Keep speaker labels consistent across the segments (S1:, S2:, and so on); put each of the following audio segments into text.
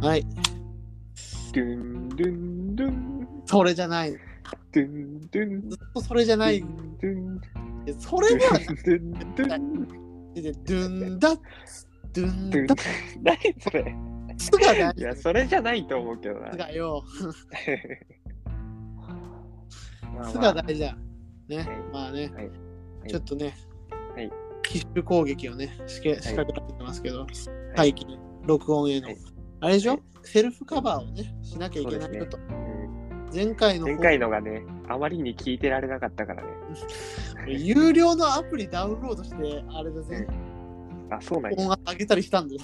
S1: はい。
S2: ドゥンドゥンドゥン
S1: それじゃない。ず
S2: ドゥンドゥン
S1: っとそれじゃない。
S2: ドゥン
S1: そ
S2: ド
S1: れは、
S2: ゥンドゥンドゥン
S1: でドゥンダッ、ドゥン
S2: ドゥン
S1: ダッ
S2: 何それ
S1: ツがない
S2: い。やそれじゃないと思うけどな
S1: ツがよ。
S2: まあ
S1: ツ
S2: ま
S1: が
S2: あ
S1: 大事だ。ね
S2: はい。
S1: まあね
S2: はい。い
S1: ちょっとね
S2: はい。
S1: 奇襲攻撃をね、仕掛仕掛けられてますけど、最近、録音への
S2: はい。
S1: あれでし
S2: は
S1: ょ
S2: い
S1: セルフカバーをね、しなきゃいけないこと。
S2: うん
S1: 前回の
S2: 前回のがねあまりに聞いてられなかったからね
S1: 有料のアプリダウンロードして、あれだぜ、
S2: あそうなんや
S1: 音圧上げたりしたんだよ。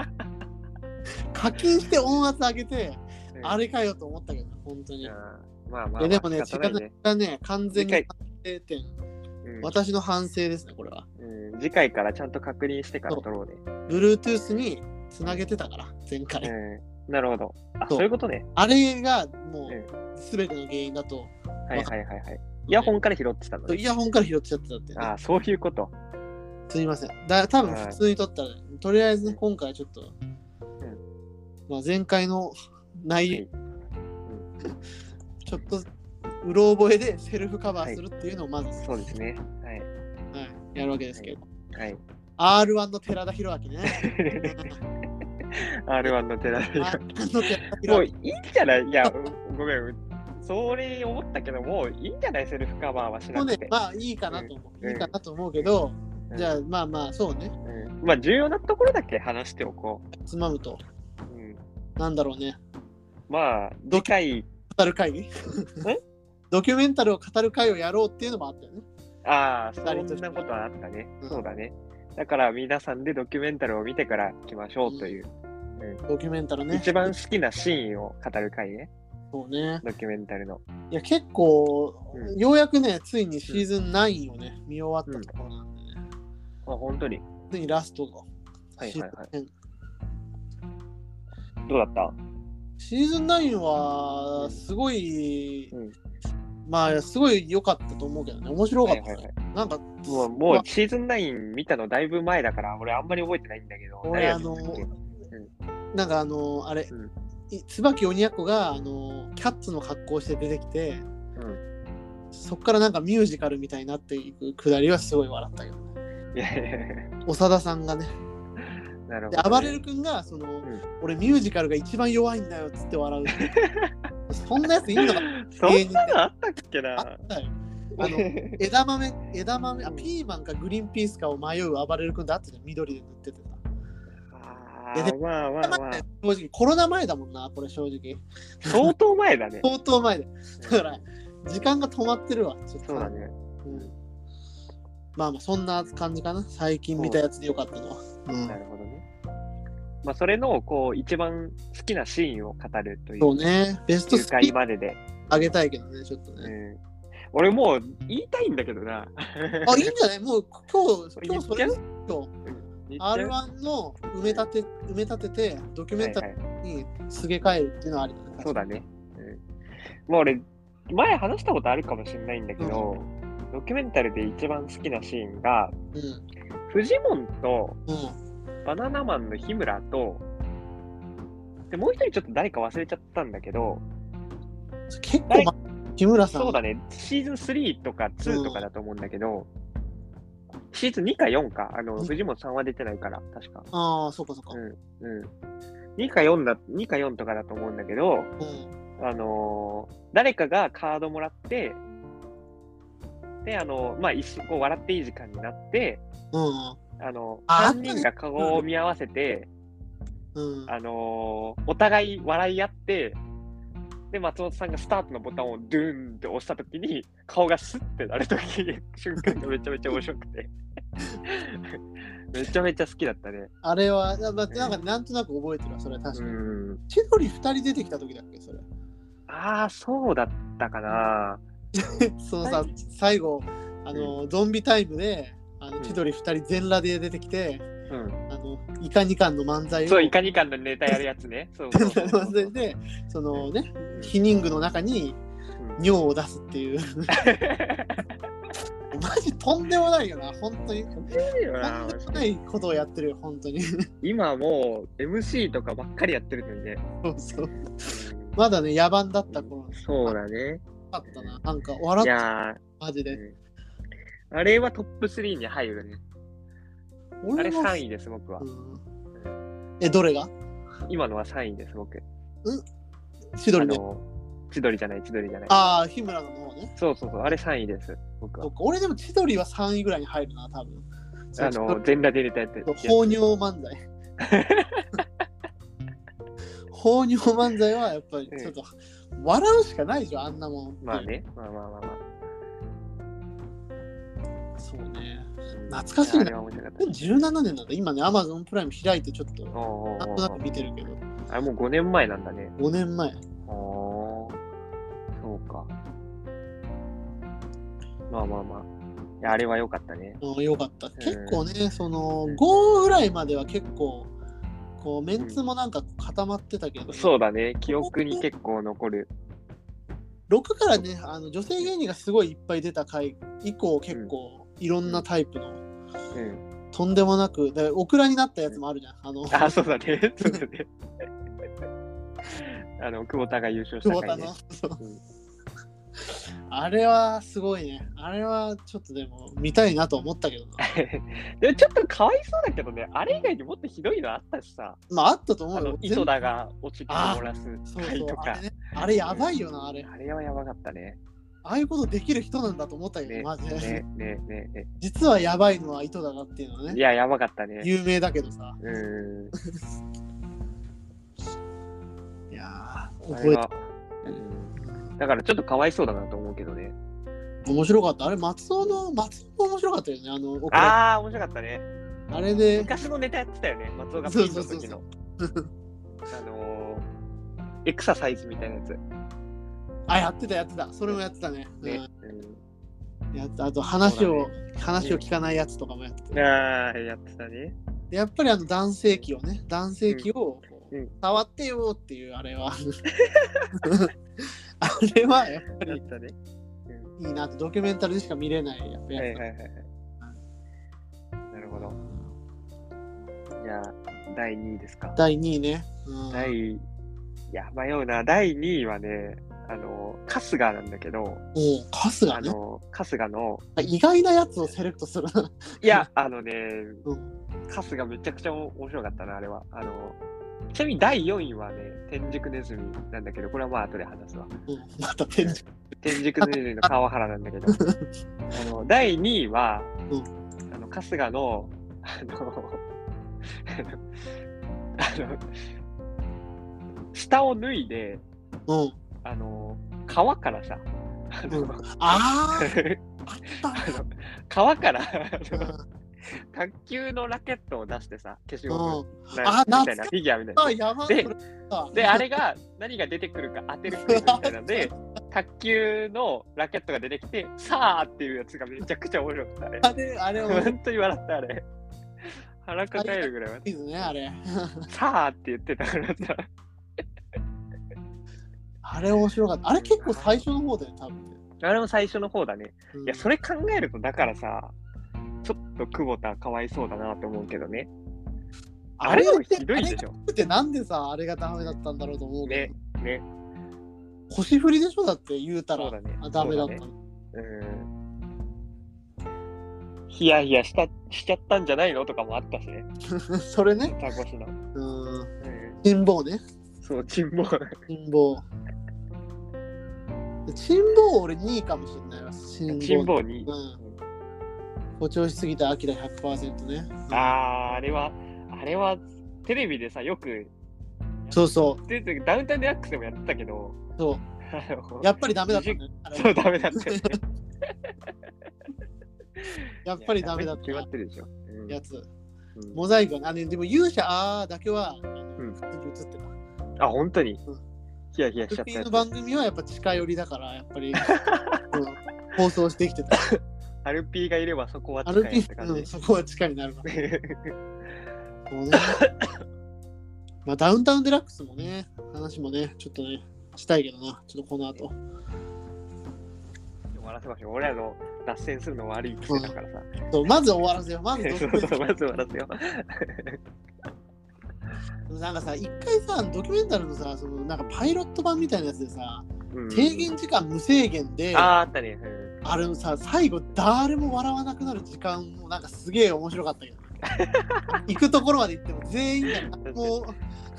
S1: 課金して音圧上げて、
S2: うん
S1: あれかよと思ったけど、本当
S2: い
S1: に。
S2: や
S1: い
S2: まあまあまあ
S1: やでもね、
S2: 仕
S1: 仕
S2: 方
S1: 方
S2: な
S1: ない
S2: ね
S1: いね、完全に
S2: 次
S1: 反省点。
S2: うん
S1: 私の反省ですね、これは。
S2: うん次回からちゃんと確認してから撮ろうね
S1: Bluetooth につなげてたから、前回。
S2: うんなるほどあ
S1: そう
S2: そういうことね
S1: あれがもう、すべての原因だと、
S2: はいはいはいはいイヤホンから拾ってたのね
S1: イヤホンから拾っちゃってたって、ね
S2: あ。そういうこと
S1: すみません。だ多分普通に撮ったら、とりあえずね、今回はちょっと、
S2: ん
S1: まあ、前回の内容、
S2: はい
S1: ちょっとうろ覚えでセルフカバーするっていうのをまず、はい
S2: そうですねはい
S1: やるわけですけど、
S2: はい
S1: R1 の寺田弘明ね。
S2: R1 の寺田
S1: R1 の寺田
S2: もう
S1: 弘
S2: いいんじゃないいやうんごめんそれ思ったけどもういいんじゃないセルフカバーはし
S1: 明も
S2: な
S1: ね
S2: くて、
S1: まあいいかなと思う。
S2: うん
S1: いいかなと思うけど、
S2: うん
S1: じゃあまあまあそうね、
S2: うんまあ重要なところだけ話しておこ
S1: つまむと、
S2: う、うん、
S1: なんだろうね、
S2: まあ次回
S1: 語る 会議ドキュメンタルを語る会をやろうっていうのもあったよね。
S2: ああ、そ
S1: 二人として
S2: んなことはあったね。
S1: うん
S2: そうだね。だから皆さんでドキュメンタルを見てから来ましょうという、
S1: ドキュメンタルね。
S2: 一番好きなシーンを語る回ね、
S1: そうね。
S2: ドキュメンタルの。
S1: いや、結構、
S2: うん
S1: ようやくね、ついにシーズン9をね、見終わったところなんでね。
S2: まあ、本当に。
S1: ついにラストが。
S2: はいはいはい
S1: シーズン
S2: どうだった
S1: 9シーズン9は、
S2: うん
S1: すごい、
S2: うん
S1: まあ、すごい良かったと思うけどね。面白かった、ね
S2: はいはいは
S1: なんか、
S2: もうもうシーズン9見たのだいぶ前だから、俺あんまり覚えてないんだけど。
S1: 俺
S2: 何やったっけ
S1: あなんかあの、あれ、
S2: うん
S1: い椿鬼奴が、あの、キャッツの格好をして出てきて、
S2: うん
S1: そっからなんかミュージカルみたいになっていくくだりはすごい笑ったけどね。
S2: いやいやいや
S1: 長田さんがね。
S2: なるほ
S1: で
S2: ど、
S1: 暴れる君がその、
S2: ん
S1: 俺ミュージカルが一番弱いんだよっつって笑う そんなやついるのか
S2: そんなのあったっけな
S1: あったよあ の枝豆枝豆あピーマンかグリーンピースかを迷う暴れる君だってじゃん緑で塗っててさ
S2: あ
S1: いやで
S2: ーまあまあまあ、
S1: 正直コロナ前だもんなこれ正直
S2: 相当前だね。
S1: 相当前でだから時間が止まってるわちょっと
S2: そうだね。
S1: うんまあまあそんな感じかな最近見たやつでよかったのは、うん
S2: なるほどね。まあ、それの、こう、一番好きなシーンを語るとい
S1: そう
S2: う、
S1: ねベスト
S2: 9
S1: スピー
S2: 回
S1: ド
S2: までで。
S1: 上げたいけどねちょっと
S2: う
S1: ね、
S2: ん、俺もう言いたいんだけどな。
S1: あいいんじゃないもう今日今日それ
S2: 言っ
S1: 今日 R1 の埋め立て埋め立ててドキュメ
S2: はい
S1: ンタ
S2: は
S1: リ
S2: い、
S1: ーにすげ替えるっていうのはありだね。
S2: そうだね。うん、まあ俺、前話したことあるかもしれないんだけど、ドキュメンタルで一番好きなシーンが、
S1: うん。
S2: フジモンと
S1: うん。
S2: バナナマンの日村と、でもう一人ちょっと誰か忘れちゃったんだけど、
S1: 結構、ま、木村さん。
S2: そうだね、シーズン3とか2とかだと思うんだけど、シーズン2か4か、あの
S1: うん
S2: 藤本さんは出てないから、確か。
S1: ああ、そうかそうか。
S2: うんうん、2, か4だ2か4とかだと思うんだけど、
S1: うん。
S2: あのー誰かがカードもらって、で、あのーまあ、一緒こう笑っていい時間になって、
S1: うん。
S2: あの
S1: あ
S2: 3人が顔を見合わせて、
S1: うん。
S2: あのーお互い笑い合って、で、松本さんがスタートのボタンをドゥーンって押したときに、顔がスッてなるとき、瞬間がめちゃめちゃ面白 くて。めちゃめちゃ好きだったね。
S1: あれは、なまなんか、なんとなく覚えてるわ、それは確
S2: う
S1: かに。
S2: ん。
S1: 千鳥2人出てきた時だっけ、それ。
S2: ああ、そうだったかな。
S1: そのさ、最後、あの、ゾンビタイムで、あ
S2: う
S1: の
S2: ん
S1: 千鳥2人全裸で出てきて、
S2: うん。
S1: あの、イカニカンの漫才を。
S2: そう、いかにかんのネタやるやつね。そうそうそうそう
S1: 漫才で、そのね、ヒニングの中に
S2: うん
S1: 尿を出すっていう。マジとんでもないよな、本当に。とん
S2: いいよな
S1: でもないことをやってるよ、本当に。そ
S2: 今もう MC とかばっかりやってるのにね。
S1: うそうまだね、野蛮だった頃
S2: そうだね。
S1: だったな。なんか笑っ
S2: い
S1: た、
S2: や
S1: マジで。
S2: ー、うんあれはトップ3に入るね。あれ
S1: 俺も
S2: 3位です、僕は
S1: う。んえ、どれが
S2: 今のは3位です、僕。
S1: 千鳥
S2: あ
S1: ね。
S2: の、千鳥じゃない、千鳥じゃない。
S1: ああ、日村の方ね。
S2: そうそうそう、あれ3位です、僕
S1: そ
S2: は
S1: っ。か俺でも千鳥は3位ぐらいに入るな、多分。
S2: あの、全裸で入れたやつ。
S1: 放尿漫才。 放尿漫才はやっぱりちょっと笑うしかないでしょ、あんなもん。
S2: まあ。ね、まあまあまあまあ。
S1: そうね。懐かしい
S2: あ
S1: な
S2: れ。は面白かった。
S1: 2017年なんだ。今ね、Amazon プライム開いてちょっと、
S2: おうおう
S1: なんと
S2: おう
S1: なく見てるけど、
S2: あれもう5年前なんだね。
S1: 5年前。
S2: おーそうか。まあまあまあ。いやあれは良かったね。
S1: うんよかった。結構ね、その
S2: うん
S1: 5ぐらいまでは結構、こう、メンツもなんか固まってたけど、
S2: そうだね。記憶に結構残る。
S1: 6からね、あの女性芸人がすごいいっぱい出た回以降、結構いろんなタイプの、
S2: うん。
S1: とんでもなく、でオクラになったやつもあるじゃん。 あの、
S2: あ、そうだね。そうだね。 あの、久保田が優勝し
S1: 久保
S2: た
S1: 田
S2: 回ね
S1: の。。そう
S2: うん
S1: あれはすごいね。あれはちょっとでも見たいなと思ったけどな。
S2: でもちょっとかわいそうだけどね、あれ以外にもっとひどいのあったしさ、
S1: まああったと思
S2: あ
S1: う
S2: の
S1: よ。、
S2: 井戸田が落ちて漏らす
S1: そう
S2: 回
S1: そ
S2: と
S1: う。あ
S2: か
S1: れ,、。ね、あれやばいよな、あれ。
S2: あれはやばかったね。
S1: ああいうことできる人なんだと思ったけど、
S2: ね
S1: マジで。
S2: ねねねね
S1: 実はやばいのは糸だなっていうのはいね、
S2: や、やばかったね。
S1: 有名だけどさ。
S2: うん。
S1: いやー、
S2: あ
S1: 覚え
S2: れ
S1: て
S2: は。うんだからちょっとかわいそうだなと思うけどね。
S1: 面白かった。あれ、松尾の、松尾面白かったよね、あの、オクラ
S2: ああ、面白かったね。
S1: あれで、
S2: 昔のネタやってたよね、松尾がピンの
S1: そうそう
S2: 時
S1: そ
S2: の。 あのー、エクササイズみたいなやつ。
S1: あ、やってた、やってた。それもやってたね。
S2: ね。う
S1: うん、やったあと、話を、
S2: そう
S1: 話を聞かないやつとかもやってた。
S2: ん、ああ、やってたね。
S1: でやっぱりあの、男性器をね、男性器をこう
S2: うん
S1: 触ってよっていう、あれは。 あれは、やっぱ
S2: やっ
S1: り
S2: てたね。
S1: いいなって、ドキュメンタリーでしか見れないやっぱや
S2: は
S1: つ
S2: いはいはいはい。なるほど。じゃあ、第2位ですか。
S1: 第2位ね。うん、
S2: 第、いや、迷うな。第2位はね、あの、春日なんだけど、
S1: おう春
S2: あ
S1: 日ね。
S2: の、春日の、
S1: 意外なやつをセレクトするな。
S2: いや、あのね、
S1: うん
S2: 春日めちゃくちゃ面白かったな、あれは。あの、ちなみに第4位はね、天竺ネズミなんだけど、これはまあ後で話すわ。
S1: うんまた天井。
S2: 天竺ネズミの川原なんだ けど、あの、第2位は
S1: う、
S2: あの、春日の、 あの、あの、下を脱いで、
S1: うん。
S2: あの、川からさ、 あの、
S1: うんあーあっ
S2: あの川から、あ
S1: た。う
S2: の卓球のラケットを出してさ、消しゴ
S1: ん。
S2: ム、
S1: あ
S2: なみた
S1: 懐
S2: いな、
S1: か
S2: フィギュアみたいな
S1: あ、。やばい。
S2: で
S1: それさ
S2: で、あれが何が出てくるか当てるクイズみたいな ので、卓球のラケットが出てきて、さあっていうやつがめちゃくちゃ面白かった、あれ。
S1: あれ、あれ、面白い
S2: 本当に笑った、あれ。腹抱えるぐらい笑っ
S1: クイズね、あれ。
S2: た。さあって言ってたからさ。
S1: あれ面白かった。あれ結構最初の方だよ、多分。
S2: あれも最初の方だね。
S1: うん
S2: いや、それ考えると、だからさ、ちょっと久保田かわいそうだなと思うけどね。あれもひどいでしょ。
S1: ょ。ってなんでさ、あれがダメだったんだろうと思うけど。、
S2: ねね。
S1: 腰振りでしょだって言うた
S2: そう
S1: ら
S2: だね。
S1: あダメだった
S2: そう
S1: の。
S2: だね。うん。ヒヤヒヤしたしちゃったんじゃないのとかもあったしね。
S1: それね。
S2: ザコシの。
S1: うん。
S2: うん
S1: 辛抱ね。
S2: そう、沈黙。
S1: 辛抱。辛抱俺2位かもしれないわ。辛
S2: 沈抱
S1: う
S2: に。
S1: ん誇張しすぎたアキラ100%ね。
S2: ああ、あれは、あれは、テレビでさ、よく、
S1: そうそう、
S2: でダウンタウンデラックスでもやってたけど、
S1: そ
S2: あの
S1: う。やっぱりダメだったね。あ
S2: そう、
S1: れ
S2: ダメだったよね。
S1: やっぱりダメだっ
S2: 決まったてるでしょ。うん
S1: やつ。
S2: うん
S1: モザイクがあね、でも勇者あーだけは、あの
S2: うん
S1: 普通に映ってた。
S2: あ、本当に
S1: うん。
S2: ヒヤヒヤしちゃ
S1: ル
S2: っ
S1: ピ
S2: た
S1: ーの
S2: やつ。
S1: 番組はやっぱ近寄りだから、やっ ぱり、うん放送してきてた。
S2: アルピーがいればそこは
S1: ア ル
S2: 近い
S1: ピ
S2: って
S1: ー、
S2: 感
S1: う
S2: じ
S1: ん、。そこは近になるから。
S2: う
S1: そう ねまあ、ダウンタウンデラックスもね、話もね、ちょっとね、したいけどな、ちょっとこの後。
S2: んわらせましょう。俺らの脱線するの悪い癖だからさ。
S1: そうまず終わらせよう。まずド
S2: そ
S1: キ
S2: う
S1: ュ
S2: そう、
S1: メ
S2: まず終わらせよう。
S1: ンなんかさ、一回さ、ドキュメンタルのさ、そのなんかパイロット版みたいなやつでさ、
S2: うん
S1: 制限時間無制限で、
S2: あ
S1: あ
S2: あ、あったね。うん
S1: れのさ、最後、誰も笑わなくなる時間もなんかすげえ面白かったけど。 行くところまで行っても全員が何も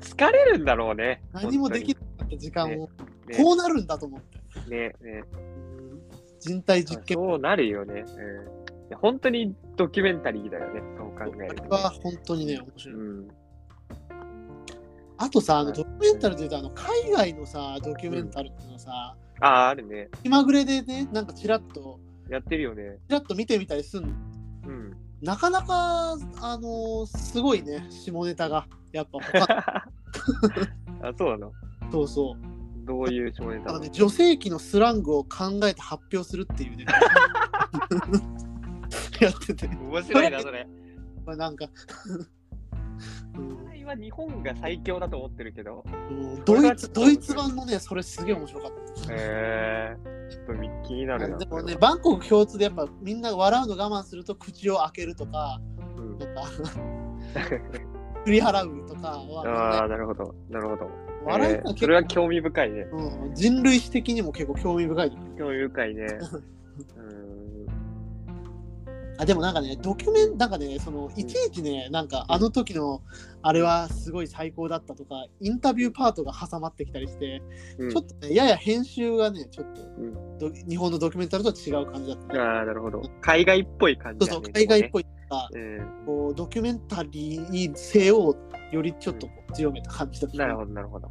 S2: 疲れるんだろうね。
S1: 何もでき
S2: る。
S1: なかった時間を、
S2: ね
S1: こうなるんだと思って。
S2: ねね
S1: うん人体実験
S2: そうなるよね。うんいや本当にドキュメンタリーだよね。そう考えるとね、
S1: は本当にね、面
S2: う
S1: 白い。
S2: ん。
S1: あとさ、あ
S2: は
S1: の
S2: い
S1: ドキュメンタルというと、あの海外のさ、ドキュメンタルっていうのはさ、
S2: ああ、あるね。
S1: 気まぐれでね、なんかちらっと、
S2: やってるよね。
S1: ちらっと見てみたりすんの
S2: うん。
S1: なかなか、あのーすごいね、下ネタが。やっぱ他、
S2: あ、そうなの
S1: そうそう。
S2: どういう少年
S1: な
S2: だ
S1: ので、女性器のスラングを考えて発表するっていうね。 やってて、
S2: 面
S1: 白いな
S2: それ。
S1: まあ、なんか、うん
S2: は日本が最強だと思ってるけど。
S1: もうドイツ、ドイツ版のね、それすげえ面白かった。
S2: へえー。ちょっとみ気になるな。
S1: でもね、バンコク共通でやっぱみんな笑うの我慢すると口を開けるとか、
S2: うん
S1: なんか振り払うとかは、
S2: ああ、なるほど。なるほど。
S1: 笑い
S2: え
S1: が
S2: ーそ
S1: 結
S2: れ
S1: 構
S2: は、興味深いね。
S1: うん、人類史的にも結構興味深いと思う。
S2: 興味深 いね。う
S1: あでもなんかね、ドキュメンなんかね、そのいちいちね、なんかあの時のあれはすごい最高だったとか、インタビューパートが挟まってきたりして、
S2: ーん。
S1: ちょっとね、やや編集がね、ちょっと、
S2: ん
S1: ど日本のドキュメンタルとは違う感じだった
S2: うん、。ああ、なるほど。海外っぽい感
S1: そう
S2: じ
S1: そ
S2: だ
S1: う、
S2: ね。
S1: 海外っ
S2: い。
S1: ぽいとか、
S2: うん。
S1: こうドキュメンタリーに性をよりちょっとこう強めた感じだった。
S2: なるほど、なるほど。っ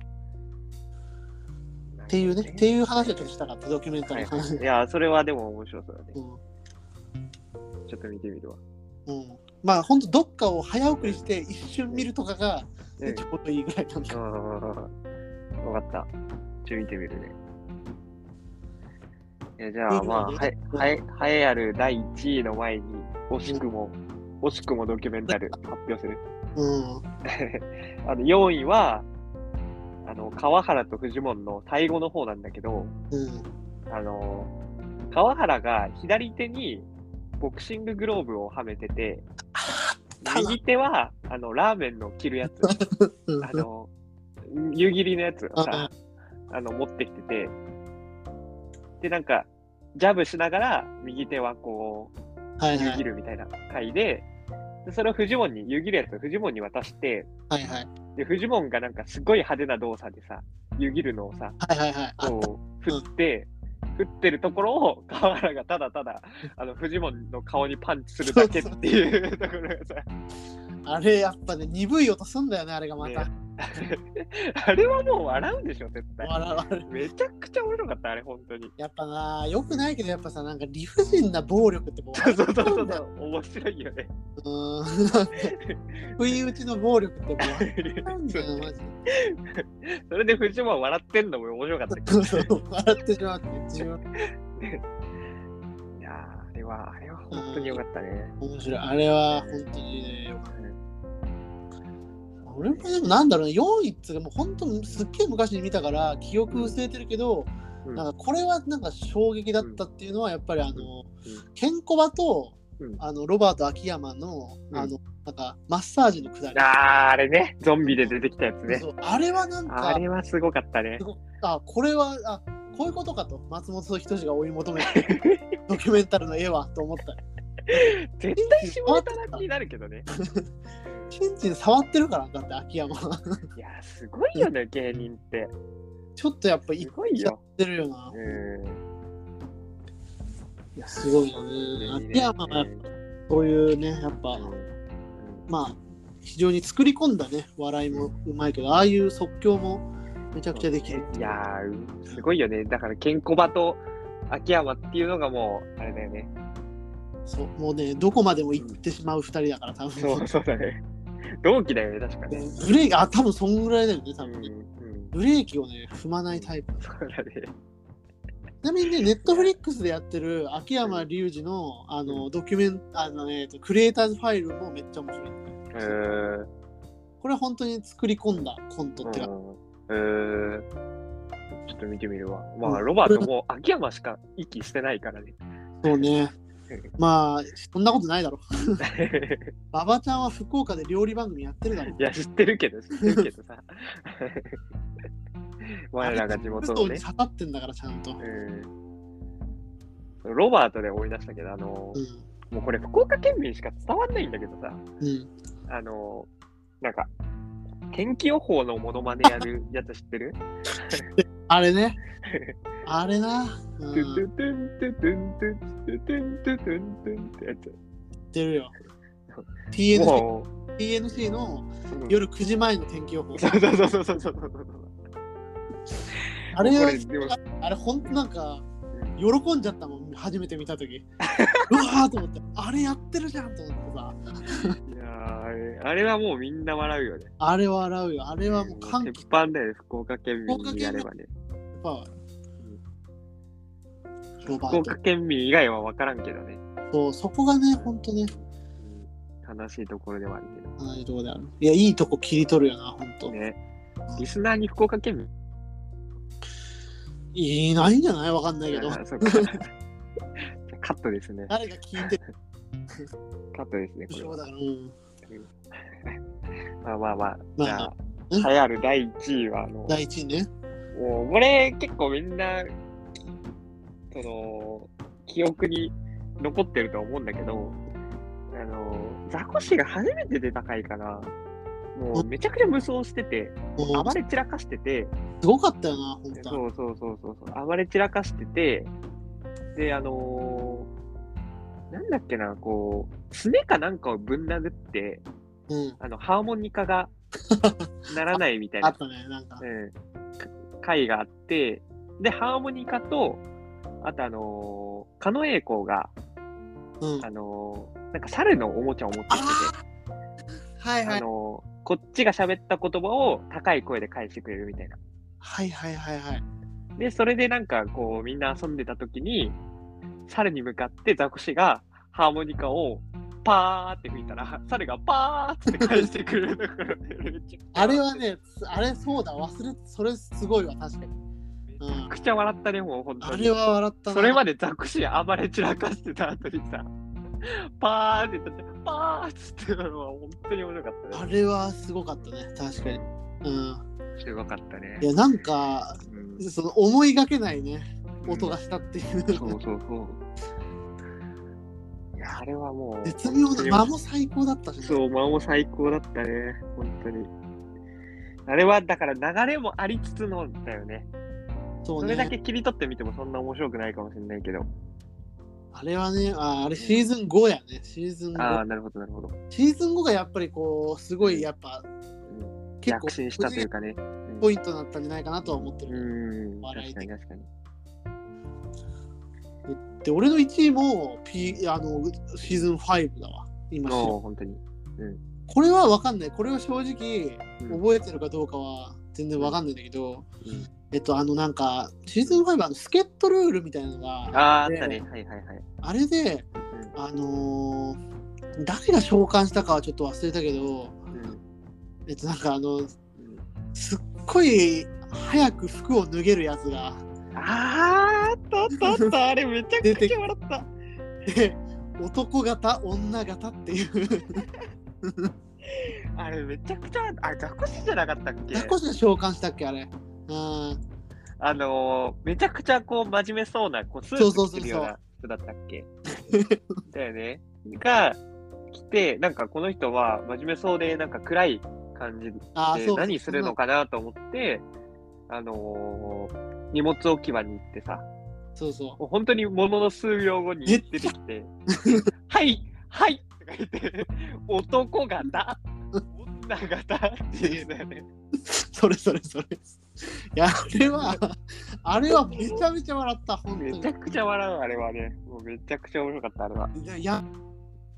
S1: っていうね、っていう話をちょっとしたかった、ドキュメンタ
S2: は
S1: リ
S2: い
S1: ーの話。
S2: はい、いやー、それはでも面白そうだね。ちょっと見てみるわ。
S1: うんうんまあ、本当どっかを早送りして一瞬見るとかが、
S2: うん
S1: ちょうどいいぐらいなん
S2: う
S1: か。
S2: ん分かった。ちょっと見てみるね。いやじゃあ、まあ、ははい、はえある第1位の前に、惜しくも、惜しくもドキュメンタル発表する。
S1: うん。
S2: あの4位は、あの、川原とフジモンの最後の方なんだけど、
S1: うん。
S2: あの、川原が左手にボクシンググローブをはめてて、
S1: たな
S2: 右手は、あの、ラーメンの切る やつ。
S1: うん
S2: あの、湯切りのやつを
S1: あ
S2: さ、あの、持ってきてて、で、なんか、ジャブしながら、右手はこう、
S1: はい
S2: 湯
S1: は
S2: 切
S1: い。
S2: るみたいな回で、でそれをフジモンに、湯切るやつをフジモンに渡して、
S1: はいはい。
S2: で、フジモンがなんかすごい派手な動作でさ、湯切るのをさ、
S1: はいはいはい。あ
S2: こう、振って、振ってるところを、河原がただた だ、あの、フジモンの顔にパンチするだけっていうところがさ、
S1: あれ、やっぱね、鈍い音すんだよね、あれがまた。
S2: ねあれはもう笑うでしょ、絶対。
S1: 笑われる
S2: めちゃくちゃ面白かった、あれ、本当に。
S1: やっぱな、よくないけど、やっぱさ、なんか理不尽な暴力ってこう
S2: そうそうそうそうそう、面白いよね。
S1: うーん。不意打ちの暴力ってもう、なんだよ、マジで。
S2: それで藤本笑ってんのも面白かったけど。
S1: そうそう笑ってしまって、自分
S2: いやーあれは、あれは本当に良かったね。
S1: 面白い。あれは本当にね、よかった。俺もでもなんだろうね、4位っつうかもう本当にすっげえ昔に見たから記憶薄れてるけど、
S2: うん
S1: なんかこれはなんか衝撃だったっていうのはやっぱりあの、
S2: う
S1: ケンコバと、
S2: うん
S1: あのロバート秋山の、
S2: うん
S1: あのなんかマッサージのくだり
S2: ああ、あれね、ゾンビで出てきたやつね。
S1: そうあれはなん
S2: あ
S1: か
S2: れはすごかったね
S1: す。ごあこれはあこういうことかと松本人志が追い求め てドキュメンタルの絵はと思った
S2: 絶対下ネタな気になるけどね。
S1: チンチン触ってるからだって秋山
S2: いやー、すごいよね、芸人って。
S1: ちょっとやっぱ
S2: す
S1: いっ
S2: ごい
S1: ちゃっ
S2: よ。
S1: てるよな
S2: う、ん。
S1: いやすごいよね秋山はやっぱそういうねやっぱ、まあ非常に作り込んだね笑いもうまいけどああいう即興もめちゃくちゃできる
S2: いやーうんすごいよね。だから、ケンコバと秋山っていうのがもう、あれだよね。
S1: そうもうねどこまでも行ってしまう2人だから多分
S2: そうそうだね。同期だよね、確かね。
S1: ブレーキあ多分そんぐらいだよね
S2: う
S1: 多
S2: ん、
S1: 分ね
S2: うん。
S1: ブレーキをね踏まないタイプ
S2: そうだね。
S1: ちなみにねネットフリックスでやってる秋山隆二のあのドキュメンあの、えー、とクリエイターズファイルもめっちゃ面白い、
S2: うーん。
S1: これは本当に作り込んだコントってか、
S2: うん。うちょっと見てみるわ。まあ、ロバートもう秋山しか息してないからね。
S1: そうね。まあ、そんなことないだろ。馬場ちゃんは福岡で料理番組やってるだろ。
S2: いや、知ってるけど、知ってるけど さ。我らが地元の
S1: 嘘
S2: ね
S1: に。刺さってんだから、ちゃんと。
S2: うんロバートで思い出したけど、あの
S1: う、
S2: もうこれ福岡県民しか伝わんないんだけどさ、
S1: ん。うん。
S2: あの、なんか、天気予報のモノマネやるやつ知ってる
S1: あれ ね。あれな。う
S2: ト
S1: ん、
S2: ゥト
S1: 言っ
S2: ゥトゥントゥトゥントゥトゥントゥトゥントゥンってやつ
S1: てるよ。TNC,
S2: も
S1: TNC の
S2: う、うん
S1: 夜9時前の天気予報。
S2: そうそうそうそうそうそうそう。
S1: あれ
S2: こ
S1: は
S2: れでも
S1: あれ、ほんとなんか、喜んじゃったもん、初めて見た とき。うわーと思って、あれやってるじゃんと思ってさ。
S2: いやーあれあれはもうみんな笑うよね。
S1: あれは笑うよ。あれはもう歓喜
S2: 鉄板だよね、福岡県民にやればね。
S1: パワー。ロバ
S2: 福
S1: ート
S2: 岡県民以外は分からんけどね。
S1: そうそこがね、ほんとね、
S2: うん悲しいところではあるけ
S1: 同じとこである。いや、いいとこ切り取るよな、ほんと
S2: ど。。ね。リスナーに福岡県民
S1: いないんじゃないわかんないけど
S2: あ。ーそうか じゃあカットですね。
S1: 誰が聞いてる
S2: カットですね、
S1: で
S2: こ
S1: し
S2: れ
S1: ょう
S2: は。
S1: だから、うん。
S2: まあまあまあ。
S1: まあ
S2: じゃあ、
S1: うん
S2: 流行る第1位は、あの、
S1: 第一位ね。
S2: もうこれ結構みんな、その、記憶に残ってると思うんだけど、あの、ザコシが初めて出た回かな。もうめちゃくちゃ無双してて、
S1: もう
S2: 暴れ散らかしてて、
S1: すごかったよな、ほんと。
S2: そうそうそうそうそう、暴れ散らかしてて、で、あのーなんだっけな、こう、すねかなんかをぶん殴って、
S1: うん。
S2: あの、ハーモニ カがならないみたい
S1: あ
S2: な
S1: ったね、なんか。
S2: うん会があって、で、ハーモニカと、あとあのー、狩野英孝が、
S1: うん。
S2: あのーなんか猿のおもちゃを持ってきて
S1: はい
S2: て、あ
S1: はい。
S2: のーこっちが喋った言葉を高い声で返してくれるみたいな。
S1: はいはいはいはい。
S2: で、それでなんかこう、みんな遊んでた時に、猿に向かってザコシがハーモニカをパーって吹いたら、猿がパーって返してくれるところでめっちゃ
S1: あれはね、つあれそうだ、忘れ、それすごいわ、確かに。
S2: めちゃくちゃ笑ったね、もう本当に。
S1: あれは笑ったな。
S2: それまでザクシ暴れ散らかしてた後にさ、パーンって言ったら、パーンって言ってたのは本当に面白かった
S1: あ
S2: ね。
S1: れはすごかったね、確かに。うん。
S2: 面白かったね
S1: い。や、なんか、
S2: うん
S1: その思いがけないね、音がしたっていう。
S2: そうそうそう。いや、あれはもう。
S1: 絶妙な、間も最高だったしね。
S2: そう、間も最高だったね。本当に。あれはだから流れもありつつのだよね。
S1: そ
S2: そうれだ
S1: ね。
S2: け切り取ってみてもそんな面白くないかもしれないけど。
S1: あれはね、ああれシーズン5やね、シーズン
S2: ああ、
S1: 5。
S2: なるほど、なるほど。
S1: シーズン5がやっぱりこう、すごいやっぱ、
S2: うん
S1: 結構
S2: 躍、進したというかね。
S1: ポイントだったんじゃないかなとは思ってる。
S2: うん、
S1: 笑い
S2: 確か
S1: 的
S2: に確かに。
S1: で、俺の1位も、P、あの、シーズン5だわ。今、
S2: もう本当に。
S1: これは分かんない。これは正直、
S2: うん
S1: 覚えてるかどうかは全然分かんないんだけど、
S2: うん
S1: えっと、あの、なんか、シーズン5はあのスケットルールみたいなのが、
S2: ああ、あっ
S1: で
S2: たね。はいはいはい。
S1: あれで、あのー誰が召喚したかはちょっと忘れたけど、
S2: うんうん
S1: えっと、なんかあの、
S2: うん
S1: すっごい早く服を脱げるやつが、
S2: あーあったあったあった。あれめちゃくちゃ笑った。
S1: で、男型、女型っていう、
S2: あれめちゃくちゃ、あれザコシじゃなかったっけ
S1: ザコシが召喚したっけ、あれ。うん、
S2: あのー、めちゃくちゃこう真面目そうな、こうス
S1: そ
S2: ー
S1: うそうそうそ
S2: ツ
S1: う
S2: 着るような人だったっ けだよね。が、来て、なんかこの人は真面目そうで、なんか暗い感じ
S1: あー
S2: で
S1: そう
S2: 何するのかなと思って、あのー、荷物置き場に行ってさ、
S1: そうそ
S2: もう本当にものの数秒後に出てきて、はい、はいとか言って、男型、女型ってい うのよね。
S1: う、それそれそれ。いや、あれは、あれはめちゃめちゃ笑った、本
S2: めち
S1: 当
S2: ゃくちゃ笑う、あれはね。もうめちゃくちゃ面白かった、あれは。
S1: に。いや、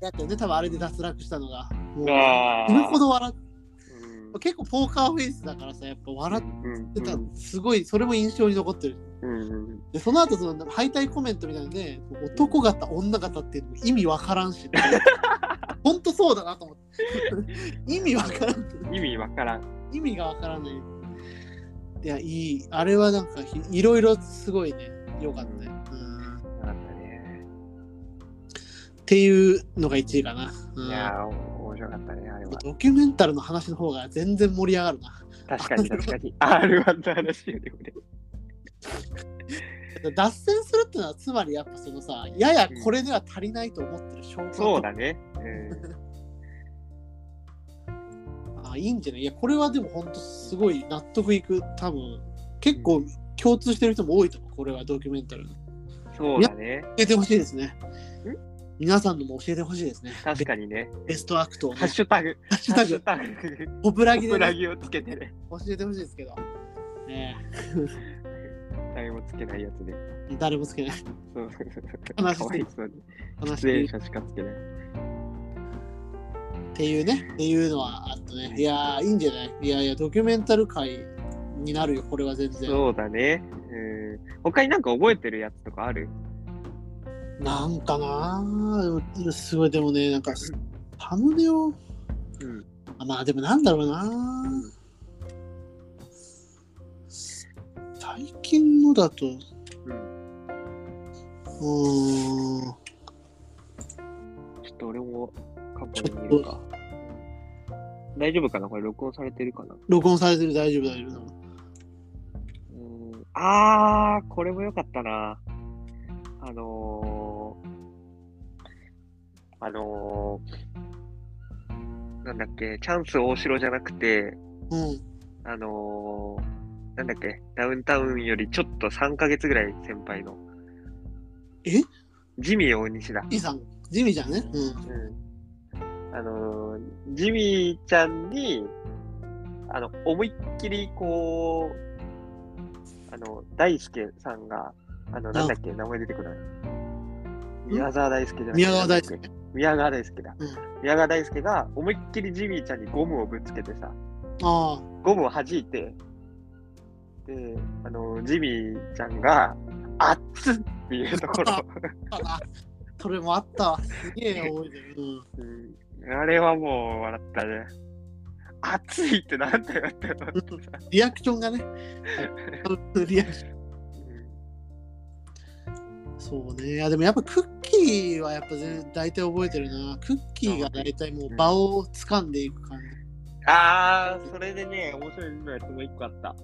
S1: だってね、多分あれで脱落したのが。もう
S2: あー
S1: 死ぬほど笑っ
S2: うん
S1: 結構ポーカーフェイスだからさ、やっぱ笑ってた、
S2: うん
S1: すごい、それも印象に残ってる。
S2: うんうん
S1: でその後その敗退コメントみたいなので男型女型っていうのも意味わからん し本当そうだなと思って 意味わからん
S2: うん意味わからん。
S1: 意味がわからないいや、いい。あれはなんかひ、いろいろすごいね、良かったね。うん。っ
S2: よかったね。
S1: ていうのが1位かな。うん
S2: いやー、面白かったね、あれは。
S1: ドキュメンタルの話の方が全然盛り上がるな。
S2: 確かに確かに。R1 の話よりもね。
S1: 脱線するっていうのは、つまりやっぱそのさ、ややこれでは足りないと思ってる証拠
S2: そうだね。
S1: あいいんじゃないいや、これはでも本当すごい納得いく、多分結構共通してる人も多いと思う、これはドキュメンタル。教
S2: うん。そうだね。
S1: えてほしいですね。皆さんのも教えてほしいですね。
S2: 確かにね。
S1: ベストアクトを、ね、ハ
S2: ハッシュタグ、
S1: ッシュ
S2: ハ
S1: タ
S2: ッシュ
S1: グ、
S2: タグ、
S1: オブラギ
S2: プ
S1: で、
S2: ラ
S1: ね、
S2: ギをつけてね。
S1: 教えてほしいですけど、ね
S2: 誰もつけないやつで。
S1: え誰もつけない。
S2: そう
S1: 悲しい
S2: かわいそうに。
S1: 悲し
S2: 出
S1: い
S2: 演
S1: っ
S2: 者しかつけない。
S1: ていうね、っていうのはあったね。いやー、いいんじゃないいやいや、ドキュメンタル界になるよ、これは全然。
S2: そうだね。うん。他になんか覚えてるやつとかある
S1: なんかなーでも、すごい、でもね、なんか、サムネを、
S2: うん。
S1: あまあでもなんだろうな。最近のだと、う
S2: うん。
S1: ーん、
S2: ちょっと俺も過去に見るか。大丈夫かなこれ録音されてるかな
S1: 録音されてる大丈夫大丈夫。
S2: うんあー、これも良かったな。あのー、あのー、なんだっけ、チャンス大城じゃなくて、
S1: うん、
S2: あのー、なんだっけ、ダウンタウンよりちょっと3ヶ月ぐらい先輩の。
S1: え
S2: ジミー大西だ。
S1: イさん、地味じゃんね。うん。
S2: うん。あのー、ジミーちゃんに、あの、思いっきりこう、あの、大輔さんが、あの、なんだっけ、名前出てこない。宮沢大輔じゃなくて
S1: 宮川大輔
S2: なんだっけ宮川大輔だ。
S1: うん
S2: 宮川大輔が、思いっきりジミーちゃんにゴムをぶつけてさ、
S1: あ
S2: ゴムを弾いて、で、あの、ジミーちゃんが、あっつっていうと ころ。
S1: ああ、それもあったわ。すげえ覚えてる。うん
S2: うんあれはもう笑ったね。暑いってなんだよって思った。
S1: リアクションがね。リアクション。そうね。いやでもやっぱクッキーはやっぱ全然大体覚えてるな。クッキーが大体もう場を掴んでいく感じ。
S2: ああ、それでね、面白いのやつもう一個あった。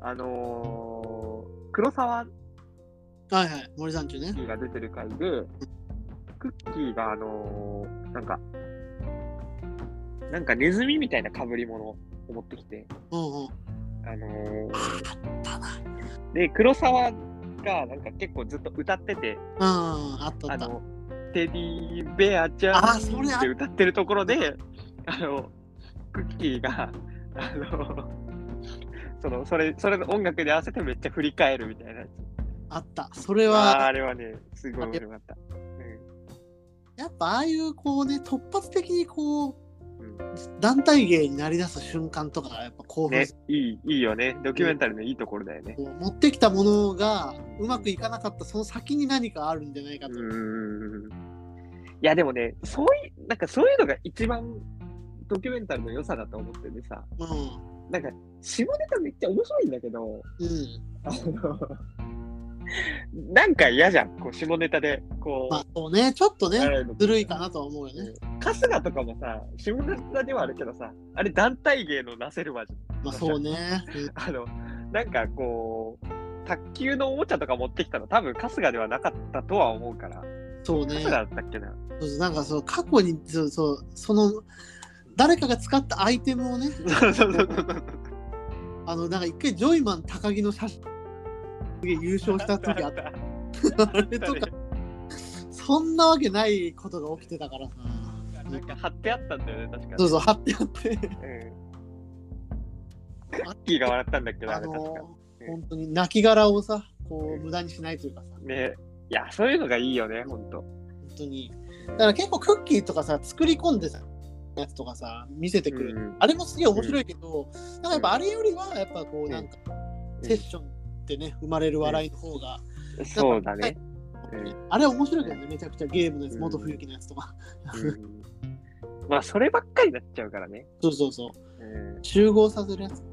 S2: あのー、黒沢
S1: はいはい、森山中ね。
S2: キーが出てる回で、クッキーがあのー、なんか、なんかネズミみたいな被り物を持ってきて、
S1: うんうん。
S2: あのー、で、黒沢がなんか結構ずっと歌ってて、
S1: うん、あったあ
S2: あ
S1: った。
S2: の、テディベアちゃん
S1: あそれあ
S2: って歌ってるところで、あの、クッキーが、あの、その、それ、それの音楽に合わせてめっちゃ振り返るみたいなやつ。
S1: あった。それ
S2: あー
S1: は、
S2: あれはね、すごい面白かった。うん
S1: やっぱああいうこうね、突発的にこう
S2: うん、
S1: 団体芸になりだす瞬間とかがやっぱ興奮
S2: ね
S1: する、
S2: いい、いいよね。ドキュメンタリーのいいところだよね。
S1: こう持ってきたものがうまくいかなかったその先に何かあるんじゃないか
S2: う
S1: と。
S2: ん。いや、でもね、そういう、なんかそういうのが一番ドキュメンタリーの良さだと思っててさ、
S1: うん。
S2: なんか、下ネタめっちゃ面白いんだけど、
S1: うん。
S2: あの なんか嫌じゃん、こう下ネタで、こう、
S1: まあそうね、ちょっとね、
S2: あの
S1: ずるいかなとは思うよね。
S2: 春日とかもさ、下ネタではあるけどさ、あれ団体芸のなせるわじゃん
S1: まあそうね。うん
S2: あの、なん かこう、卓球のおもちゃとか持ってきたの、多分春日ではなかったとは思うから、
S1: そう
S2: 春
S1: ね
S2: 日。だったっけな。
S1: そうそうなんかその過去にそうそうその誰かが使ったアイテムをね、
S2: そうそうそうそう。
S1: あのなんか一回ジョイマン高木の写真で優勝した時 あった。あれとかそんなわけないことが起きてたからさ。
S2: なんか貼ってあったんだよね、確かに。
S1: そうそう、貼ってやって。
S2: うん。クッキーが笑ったんだけど、
S1: あ
S2: あれ
S1: の
S2: 確か。
S1: 本当に亡きをさ、こ
S2: う
S1: うん無駄にしないというかさ、本
S2: ねいや、そういうのがいいよね、ほんと。
S1: 当に。だから結構クッキーとかさ、作り込んでさ、やつとかさ、見せてくる。
S2: うん
S1: あれもすげえ面白いけど、なんかやっぱあれよりは、やっぱこう、なんか、セッションってね、生まれる笑いの方が、
S2: そうだね。うん
S1: あれは面白いけどね、めちゃくちゃゲームのやつ、
S2: うん
S1: 元冬木のやつとか。
S2: うんまあそればっかりになっちゃうからね。
S1: そうそうそう。
S2: うん
S1: 集合させるやつ。
S2: う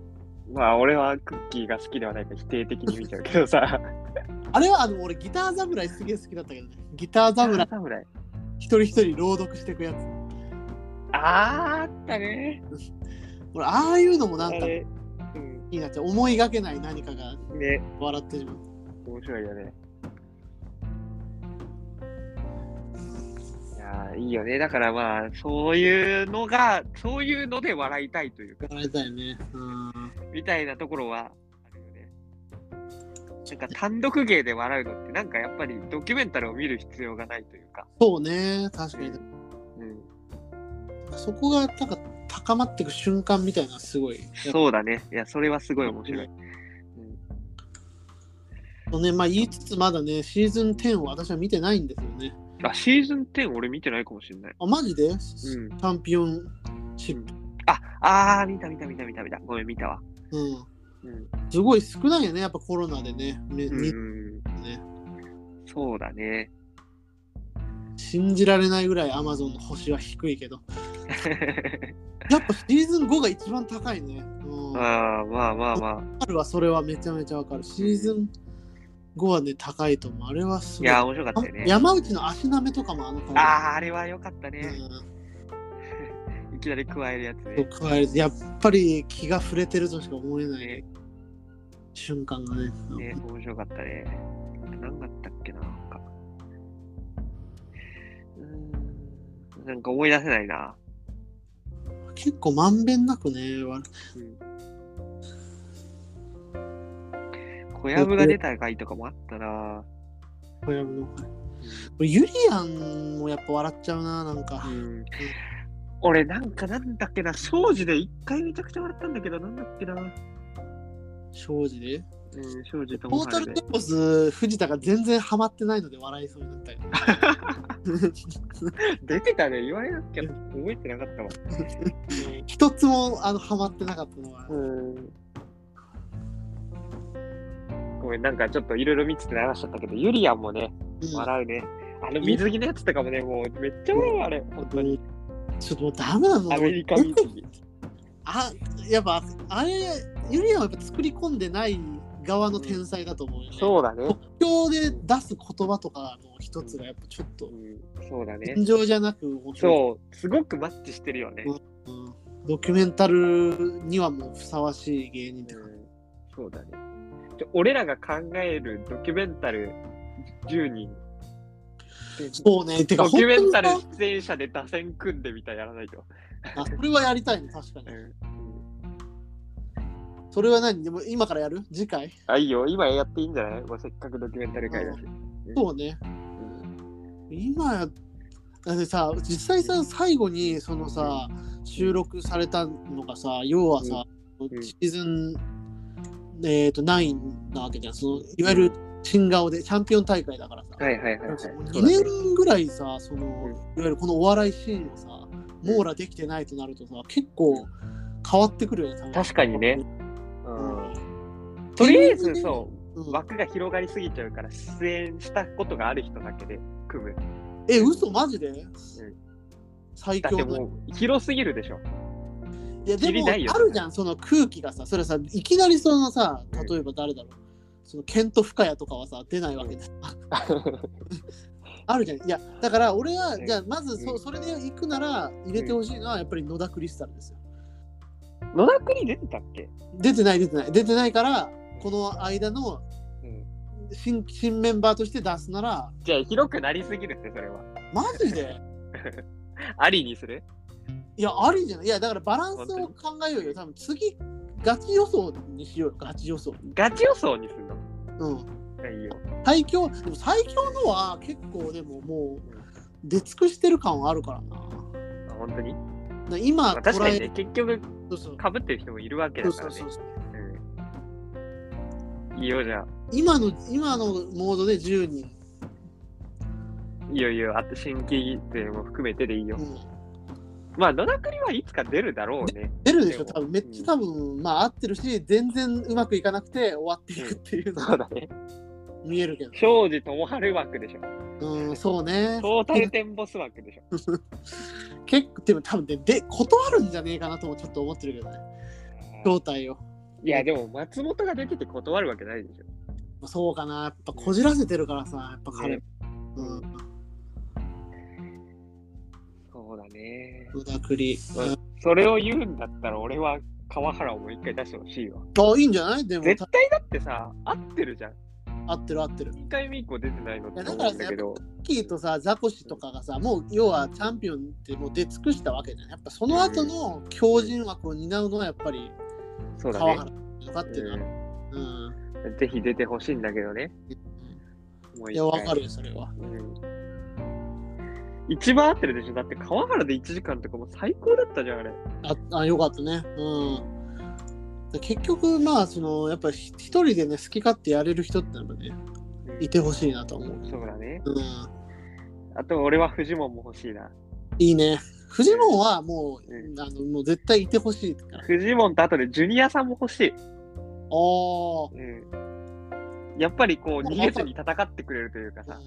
S2: まあ、俺はクッキーが好きではないから否定的に見ちゃうけどさ。
S1: あれはあの俺ギター侍すげえ好きだったけどね。ギター侍
S2: 侍。
S1: 一人一人朗読していくやつ。
S2: あーあったね。
S1: 俺ああいうのもな
S2: あ
S1: んか
S2: れ。うん。
S1: いいなって思いがけない何かが
S2: ね、
S1: 笑ってしまう。
S2: 面白いよね。いやーいいよね。だからまあ、そういうのが、そういうので笑いたいというか、
S1: 笑いたいね。うん。
S2: みたいなところはあるよね。なんか単独芸で笑うのって、なんかやっぱりドキュメンタルを見る必要がないというか。
S1: そうね。確かに。
S2: うん。
S1: そこがなんか高まっていく瞬間みたいなすごい。
S2: そうだね。いや、それはすごい面白い。
S1: そうね、まあ言いつつまだね、シーズン10を私は見てないんですよね。
S2: あ、シーズン10俺見てないかもしれない。
S1: あ、マジで、チ
S2: うん。
S1: ャンピオンシッ
S2: あ、あー、見た見た見た見た見た。ごめん、見たわ。
S1: プ。うん。
S2: うん。
S1: すごい少ないよね、やっぱコロナでね。め
S2: う
S1: 見て
S2: ん、
S1: ね
S2: そうだね。
S1: 信じられないぐらいアマゾンの星は低いけど。やっぱシーズン5が一番高いね。うん。あ
S2: あー、まあまあまあ。
S1: るはそれはめちゃめちゃわかる。シーズン5はね、高いと思う。あれはすご
S2: い
S1: い。
S2: やー、面白かったよね。
S1: 山内の足なめとかもあの
S2: あ
S1: 回。
S2: あ、あれは良かったね。いきなり加えるやつ
S1: うん、
S2: ね。
S1: 加えるやっぱり気が触れてるとしか思えない、
S2: ね
S1: 瞬間がね。うん
S2: ね、面白かったね。何だったっけな、なんか。うーん、なんか思い出せないな。
S1: 結構まんべんなくね、わ
S2: 小籔が出た回とかもあったな。
S1: 小籔の回。俺ユリアンもやっぱ笑っちゃうな、なんか
S2: う。ん。俺、なんかなんだっけな、庄司で一回めちゃくちゃ笑ったんだけど、なんだっけな。う
S1: 正直。
S2: ん、庄司
S1: ト
S2: とも
S1: ータ
S2: は
S1: ル
S2: で
S1: テ。ンボス、藤田が全然ハマってないので笑いそうにな ったよ。
S2: 出てたね、言われなきゃ覚えてなかったわ。
S1: 一つもあのハマってなかったのは。
S2: ごめん、なんかちょっといろいろ見てて流しちゃったけど、ユリアンもね、
S1: うん
S2: 笑うね。あの水着のやつとかもね、もうめっちゃ笑うわあれ、本当に。
S1: ちょっともうダメなの
S2: アメリカ水着。
S1: あ、やっぱ、あれ、ユリアンはやっぱ作り込んでない側の天才だと思うよね。
S2: そうだね。
S1: 即興で出す言葉とかの一つがやっぱちょっと
S2: うん、そうだね
S1: 尋。常じゃなく面白い。
S2: そう、すごくマッチしてるよね。
S1: うんドキュメンタルにはもうふさわしい芸人って感じ。
S2: そうだね。ちょ俺らが考えるドキュメンタル10人。
S1: そうね。てか、
S2: ドキュメンタル
S1: 本
S2: 出演者で打線組んでみたいなやらないと。
S1: 当にあそれはやりたいね、確かに。
S2: うん
S1: それは何でも今からやる次回
S2: あ、いいよ。今やっていいんじゃないもうせっかくドキュメンタリー会だし。
S1: そうね。
S2: うん
S1: 今や、だってさ、実際さ、最後にそのさ、収録されたのがさ、要はさ、
S2: ん
S1: シーズン、えっ、と、9なわけじゃん。そのいわゆる新顔でチャンピオン大会だからさ。
S2: はいはいはいはい。
S1: 2年ぐらいさ、その
S2: うん
S1: いわゆるこのお笑いシーンをさ、網羅できてないとなるとさ、結構変わってくるよね、多分
S2: 確かにね。うん
S1: うん
S2: とりあえずそうう、
S1: ん
S2: 枠が広がりすぎちゃうから、出演したことがある人だけで組む。
S1: え、嘘マジで、最
S2: だって
S1: 強の。
S2: もう広すぎるでしょ。
S1: いや、で
S2: きり
S1: も、
S2: ないよ
S1: あるじゃん、その空気がさ、それさ、いきなりそのさ、例えば誰だろう、そのケント・フカヤとかはさ、出ないわけです。あるじゃん。いや、だから俺は、
S2: うん
S1: じゃあ、まずそ、
S2: うん
S1: それで行くなら、入れてほしいのは、やっぱり野田クリスタルですよ。
S2: 野田国出てたっけ
S1: 出てない、出てない。出てないから、この間の
S2: うん
S1: 新新メンバーとして出すなら、
S2: じゃあ、広くなりすぎるって、それは。
S1: マジで
S2: ありにする
S1: いや、ありじゃない。いや、だからバランスを考えようよ。多分次、ガチ予想にしようよ、ガチ予想。
S2: ガチ予想にするの
S1: うん。
S2: がいいよ。
S1: 最強でも最強のは結構でももう出尽くしてる感はあるからな。
S2: あ本当に、
S1: だ今
S2: まあ、確かに
S1: る
S2: ね、結局、
S1: そうそう
S2: かぶってる人もいるわけだか
S1: そ
S2: ら
S1: う
S2: ね
S1: そう。そう
S2: うんいいよ、じゃあ。
S1: 今の今のモードで10人、
S2: いいよいいよ、あと新規点も含めてでいいよ
S1: う。ん
S2: まあ、野田栗はいつか出るだろうね。
S1: 出るでしょ
S2: でも
S1: 多分めっちゃ多分、まあ合ってるし全然うまくいかなくて終わっていくっていうの
S2: そう
S1: が
S2: だね。
S1: 見えるけど。
S2: 庄司智春枠 でしょ。
S1: うんそうね。
S2: トータルテンボス枠でしょ。
S1: 結構でも多分ねで断るんじゃねえかなともちょっと思ってるけどね。
S2: う
S1: 状態を。
S2: いや、でも松本が出てて断るわけないでしょ。
S1: そうかな、やっぱこじらせてるからさ、やっぱ彼、
S2: ね
S1: うん、
S2: そうだね。
S1: うだくり。
S2: う
S1: うん
S2: それを言うんだったら俺は川原をもう一回出してほしいわ。
S1: あ、いいんじゃないでも、
S2: 絶対だってさ、合ってるじゃん。
S1: 合ってる合ってる。
S2: 2回目以降出てないのって
S1: いやだ
S2: 思
S1: から
S2: うんだけど。
S1: ミッキーとさザコシとかがさもう要はチャンピオンってもう出尽くしたわけじゃんやっぱその後の強靭枠を担うのはやっぱり
S2: そうだ
S1: 川
S2: ね
S1: 原。とかっていうのはうん、
S2: うんぜひ出てほしいんだけどね。もう
S1: い
S2: 一
S1: やわ
S2: 回
S1: かるよそれは
S2: うん一番合ってるでしょだって川原で1時間とかもう最高だったじゃんあれ
S1: ああよかったねうんで結局まあそのやっぱり一人でね好き勝手やれる人ってのはねいてほしいなと思う
S2: そうだね
S1: うん
S2: あと俺はフジモンも欲しいない
S1: いねフジモンはもう、
S2: う
S1: あのもう絶対いてほしいからあ
S2: フジモンとあとでジュニアさんも欲しい、
S1: あ
S2: うん、やっぱりこう逃げずに戦ってくれるというかさ
S1: うん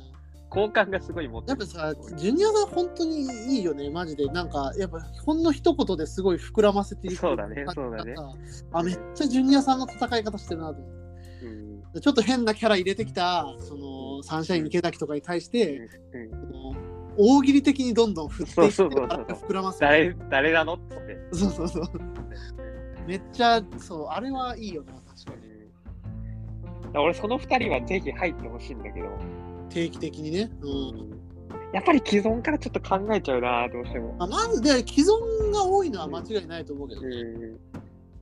S2: 好感がすごい持って
S1: やっ
S2: る
S1: ぱさ、ジュニアが本当にいいよね、マジで。なんか、やっぱほんの一言ですごい膨らませていく
S2: そうだねそうだね
S1: なんかあ、めっちゃジュニアさんの戦い方してるなと思っ
S2: うん
S1: て。ちょっと変なキャラ入れてきた、その、サンシャイン池崎とかに対して、
S2: うん
S1: その大喜利的にどんどん振っていって、
S2: そうそうそうそう
S1: 体膨らませて。
S2: 誰誰なのっつって、
S1: そうそうそう。めっちゃ、そう、あれはいいよな、確かに。
S2: うん俺その2人はぜひ入ってほしいんだけど、
S1: 定期的にね。うん。
S2: やっぱり既存からちょっと考えちゃうなどうしても、
S1: まあ、まず、で、既存が多いのは間違いないと思うけど、
S2: うん、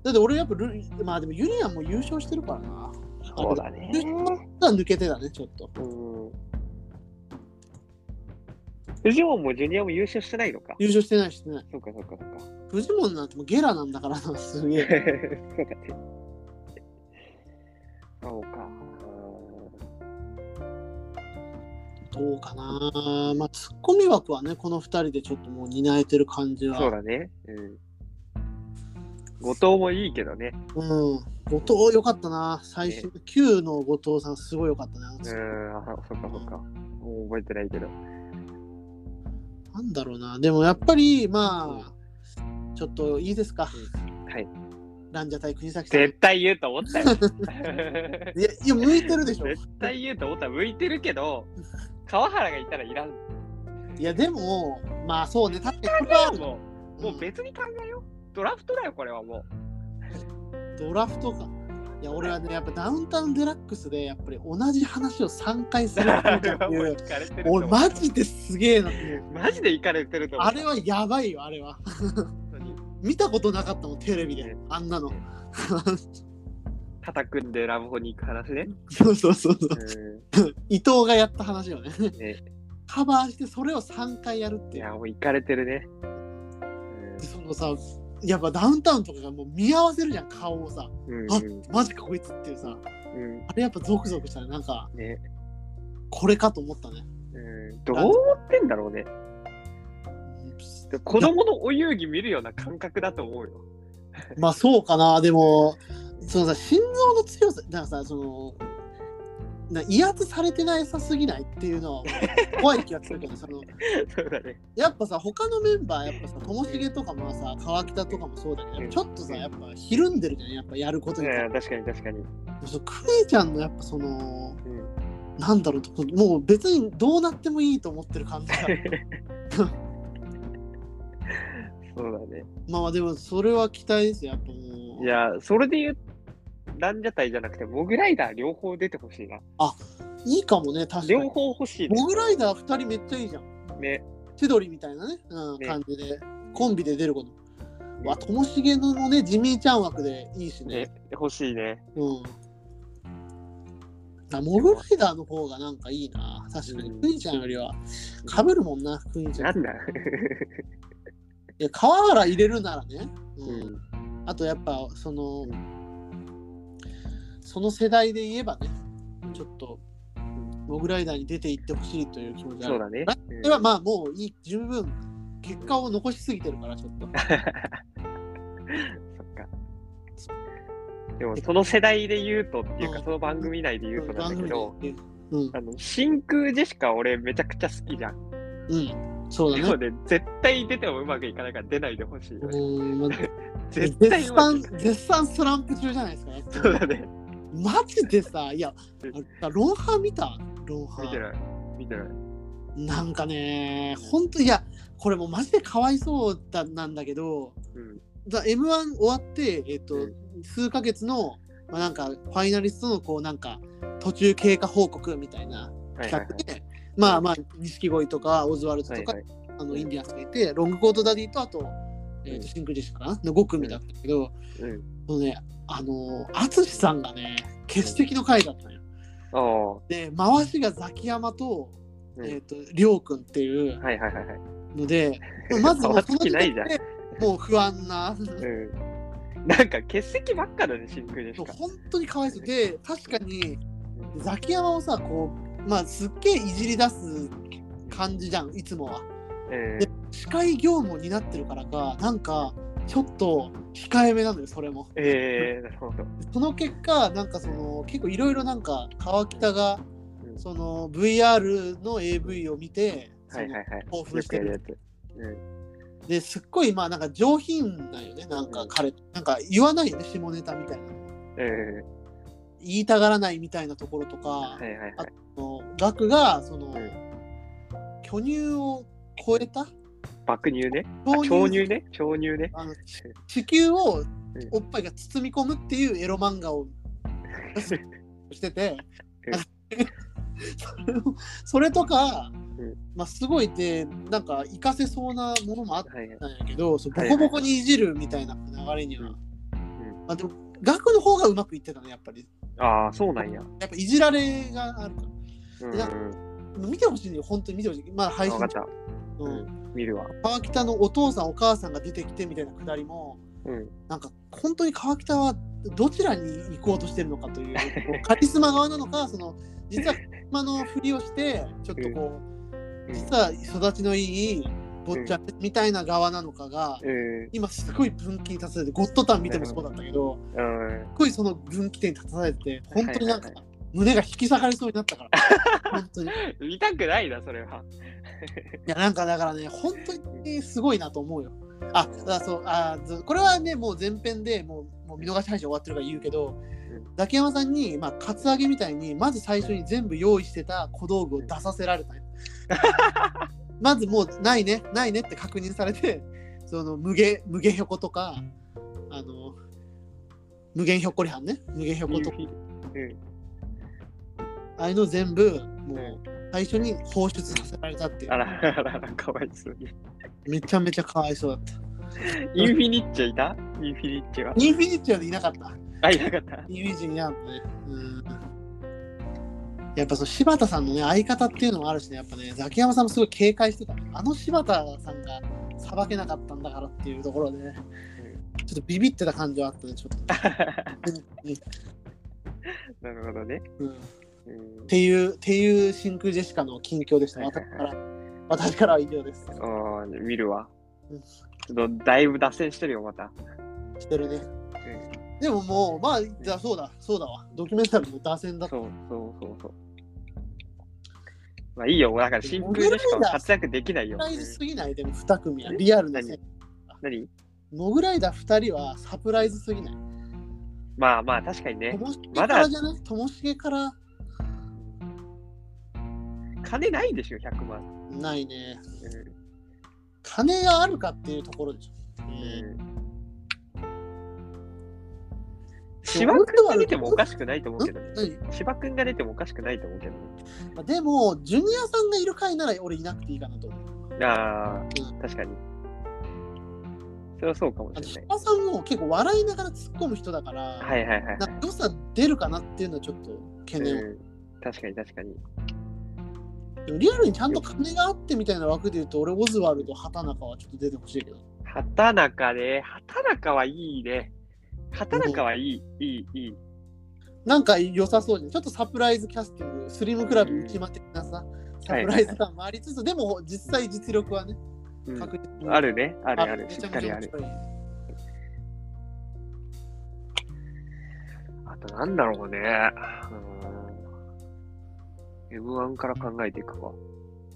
S1: だって俺やっぱル、まあでもユリアンも優勝してるからな。
S2: そうだね。
S1: が抜けてだね、ちょっと。
S2: うん。フジモンもジュニアも優勝してないのか。
S1: 優勝してないしてない。
S2: そうかそうかそうか。
S1: フジモンなんてもうゲラなんだからな、 すげえ。
S2: そうだね。そうか。
S1: どうかな。まあ、ツッコミ枠はね、この2人でちょっともう担えてる感じは。
S2: そうだね。うん。後藤もいいけどね。
S1: うん。後藤よかったな。最初、9の後藤さん、すごいよかったな。
S2: うん。あ、そうかそうか。もう覚えてないけど。
S1: なんだろうな。でもやっぱり、まあ、ちょっといいですか。
S2: はい。
S1: ランジャ対国崎さん。い
S2: 絶対言うと思っ たよ。
S1: や、いや向いてるでしょ。
S2: 絶対言うと思った。向いてるけど、川原がいたらいらん。
S1: いや、でも、まあそうね、確かにこれはあ
S2: 考え
S1: るな
S2: もう、もう別に考えよう。ドラフトだよ、これはもう。
S1: ドラフトか。いや、俺はね、やっぱダウンタウンデラックスで、やっぱり同じ話を3回するってい
S2: もう
S1: う。
S2: 行かれてると思
S1: 俺、
S2: う
S1: マジですげえなって思う。
S2: マジで行かれてると思う。
S1: あれはやばいよ、あれは。
S2: 本当に
S1: 見たことなかったもん、テレビで。あんなの。
S2: 叩くんでラブホに行く話ね。
S1: そうそうそうそう。
S2: う
S1: 伊藤がやった話をね。
S2: んね
S1: カバーして、それを3回やるっ
S2: い
S1: ていう
S2: や、。もう行かれてるね。
S1: そのさ、やっぱダウンタウンとかがもう見合わせるじゃん、顔をさ。
S2: うん。う
S1: あ
S2: ん
S1: マジかこいつっていうさ。
S2: うん
S1: あれやっぱゾクゾクしたね。なんか、
S2: うんね
S1: これかと思ったね。
S2: うんどう思ってんだろうね。子供のお遊戯見るような感覚だと思うよ。
S1: まあそうかな、でも、そのさ、心臓の強さ、なんかさ、その、な威圧されてないさすぎないっていうのは怖い気がするけど、その、
S2: そうだね。
S1: やっぱさ、他のメンバー、やっぱさ、ともしげとかもさ、川北とかもそうだけど、やっぱちょっとさ、やっぱひるんでるじゃん、やっぱやることに対し
S2: うん確かに確かに。
S1: て。そうクレイちゃんのやっぱその、
S2: うん
S1: なんだろうと、もう別にどうなってもいいと思ってる感 じが。
S2: そうだね。
S1: まあまあでも、それは期待ですよ、やっぱもう。
S2: いや、それで言う、ランジャタイじゃなくて、モグライダー両方出てほしいな。
S1: いいかもね、確か
S2: 両
S1: に。
S2: 方欲しいね。
S1: モグライダー2人めっちゃいいじゃん。
S2: ね。
S1: 千鳥みたいなね、うん、
S2: ね
S1: 感じで、コンビで出ること。わ、ともしげのね、ジミーちゃん枠でいいしね。
S2: ね欲しいね。
S1: うん。だモグライダーの方がなんかいいな。確かに、
S2: うん
S1: クイーンちゃんよりは、かぶるもんな、クイーンちゃ。
S2: なんんだ
S1: いや、川原入れるならね。うん。
S2: うん
S1: あと、やっぱ、その、
S2: う
S1: その世代で言えばね、ちょっと、モグライダーに出ていってほしいという気持ちがあ
S2: そう
S1: る。
S2: だね。うん
S1: では、まあ、もういい、十分、結果を残しすぎてるから、ちょっと。
S2: そっか。でも、その世代で言うとっていうか、その番組内で言うとなんだけど、
S1: うん。
S2: あの真空ジェシカ、俺、めちゃくちゃ好きじゃん。
S1: うん。そうだ
S2: で
S1: ね
S2: も。ね、絶対出てもうまくいかないから出ないでほしいよ
S1: う
S2: ね。
S1: ーんま
S2: 絶対
S1: 絶
S2: うま
S1: 賛
S2: くいかない
S1: 絶賛スランプ中じゃないですか。
S2: そうだね。
S1: マジでさ、いや、あのロンハー見たロンハ
S2: 見て
S1: ー。
S2: ない。見てない。
S1: なんかね、本当いや、これもうマジでかわいそうだなんだけど、
S2: うん。
S1: だ M1 終わって、えっと、
S2: うん
S1: 数ヶ月の、まあ、なんか、ファイナリストの、こう、なんか、途中経過報告みたいな
S2: はいはい
S1: 企画で、まあまあ、錦鯉とか、オズワルド
S2: は
S1: と
S2: い。
S1: か、
S2: はいはい
S1: あのインディアンスがいて、ロングコートダディと、あと、えーと
S2: うん
S1: シンクジェシカかなの5組だったけど、
S2: うん。
S1: そのね、あのー、淳さんがね、欠席の回だったのよ。
S2: ああ。
S1: で、回しがザキヤマと、
S2: うん
S1: えっ、と、りょうくんっていう
S2: はいはいはいはい。
S1: の で、まずもうその時
S2: 変わってきない
S1: 点
S2: じゃん
S1: で、もう不安な。
S2: うん。なんか欠席ばっかだね、真空でしか。
S1: 本当にかわいそうで確かにザキヤマをさこうまあすっげえいじり出す感じじゃんいつもは
S2: うん。
S1: 司会業務を担ってるからかなんかちょっと控えめなのよそれも
S2: えー、なるほど。
S1: その結果なんかその結構いろいろなんか川北が
S2: うん
S1: その VR の AV を見てそ
S2: は
S1: の
S2: いはいはい。
S1: 興奮
S2: よ
S1: し
S2: く
S1: て
S2: やる
S1: る
S2: やつ。うん。
S1: ですっごいまあなんか上品だよねなんか彼なんか言わないよね下ネタみたいな
S2: うん。
S1: 言いたがらないみたいなところとか、
S2: はいはいはい。
S1: そのガクがその、
S2: うん
S1: 巨乳を超えた
S2: 爆乳ね。あ
S1: 巨
S2: 超乳ね。超乳ね。
S1: あのち地球を
S2: ん
S1: おっぱいが包み込むっていうエロ漫画をしてて、
S2: うん
S1: あそれを それとか、
S2: うん
S1: まあ、すごいでなんか活かせそうなものもあっ
S2: はいはい。
S1: たんやけどそうボ
S2: はい
S1: コボコにいじるみたいな流れには、
S2: うん
S1: まあ、でもガクの方がうまくいってたねやっぱり
S2: ああ、そうなんや。
S1: やっぱいじられがあるか
S2: うん。
S1: いやら見てほしいね本当に見てほしいまだ配
S2: わ
S1: 信
S2: かった。う
S1: うん
S2: ん。見るわ。
S1: 川北のお父さんお母さんが出てきてみたいなくだりも
S2: うん。
S1: なんか本当に川北はどちらに行こうとしてるのかと いうこうカリスマ側なのかその実はカリスマのふりをしてちょっとこ
S2: う
S1: うん実は育ちのいい坊ちゃんみたいな側なのかが
S2: うん。
S1: 今すごい分岐に立たされてゴッドタン見てもそうだったけど
S2: うん
S1: すごいその分岐点に立たされて本当になんか
S2: はいは
S1: 胸が引き裂かれそうになったから 本当にい
S2: 見たくないな、それは。
S1: やなんかだからね本当にすごいなと思うよあ、あそう、あ、ずこれはね、もう前編でもう、もう見逃し配信終わってるから言うけど
S2: うん。
S1: ザキヤマさんに、まあ、カツアゲみたいに、まず最初に全部用意してた小道具を出させられた よ。まずもう、ないね、ないねって確認されて、その、無限、無限ひょことか、あの。無限ひょっこりはんね、無限ひょこ
S2: 夕
S1: とか、
S2: 日うん。
S1: ああいうの全部、もう。最初に放出させられたっていう
S2: あ。ら、あら、かわいそうに。
S1: めちゃめちゃかわいそうだった。
S2: インフィニッチェいたインフィニッチェは。
S1: インフィニッチュアでいなかった。
S2: あ、いなかった。
S1: イメージになるね。うん。やっぱその柴田さんのね相方っていうのもあるしね、やっぱね、ザキヤマさんもすごい警戒してた。あの柴田さんがさばけなかったんだからっていうところで、ね、ちょっとビビってた感じはあったね、ちょっと。
S2: なるほどね。
S1: うん、っ
S2: うん。
S1: ていう、っていう真空ジェシカの近況でした。私から、私からは以上です。
S2: ああ、見るわ
S1: うん。
S2: ちょっとだいぶ脱線してるよ、また。
S1: してるね。でももう、まあ、じゃあそうだ、そうだわ。ドキュメンタリーの打線だった。
S2: そうそうそうそう。まあいいよ、だから真空でしか活躍できないよ。
S1: サプライ
S2: うん
S1: ズすぎないでも2組はリアルなね。
S2: 何
S1: モグライダー2人はサプライズすぎない。
S2: まあまあ、確かに
S1: と
S2: ね。
S1: もしげか
S2: まだ
S1: らじゃないともしげから
S2: 金ないでしょ、100万。
S1: ないね。
S2: う
S1: 金があるかっていうところでしょ。
S2: ん。
S1: うん
S2: うん。芝君が出てもおかしくないと思うけどね。
S1: 何
S2: 芝君が出てもおかしくないと思うけどね。
S1: まあでも、ジュニアさんがいる回なら俺いなくていいかなと思う。
S2: あ
S1: う
S2: あ、確かに。それはそうかも
S1: あと、
S2: しれ
S1: 芝さんも結構笑いながら突っ込む人だから、
S2: ない。はいはいは
S1: な
S2: い。
S1: んか良さ出るかなっていうのはちょっと懸念を、
S2: うん確かに確かに。
S1: でもリアルにちゃんと金があってみたいな枠で言うと、俺、オズワルド、畑中はちょっと出てほしいけど。
S2: 畑中ね、畑中はいいね。畑中はいい、いい、いい。
S1: なんか良さそうに、ちょっとサプライズキャスティング、スリムクラブ内間的なさ、サプライズ感もありつつ、でも実際実力はね、
S2: うん
S1: 確実に
S2: あるね、あるある、
S1: め
S2: し
S1: ちゃ
S2: っ
S1: め
S2: か
S1: ち
S2: り
S1: ゃ
S2: あ
S1: 面
S2: る。
S1: 白い
S2: あとなんだろうね。うーん M1 から考えていくか。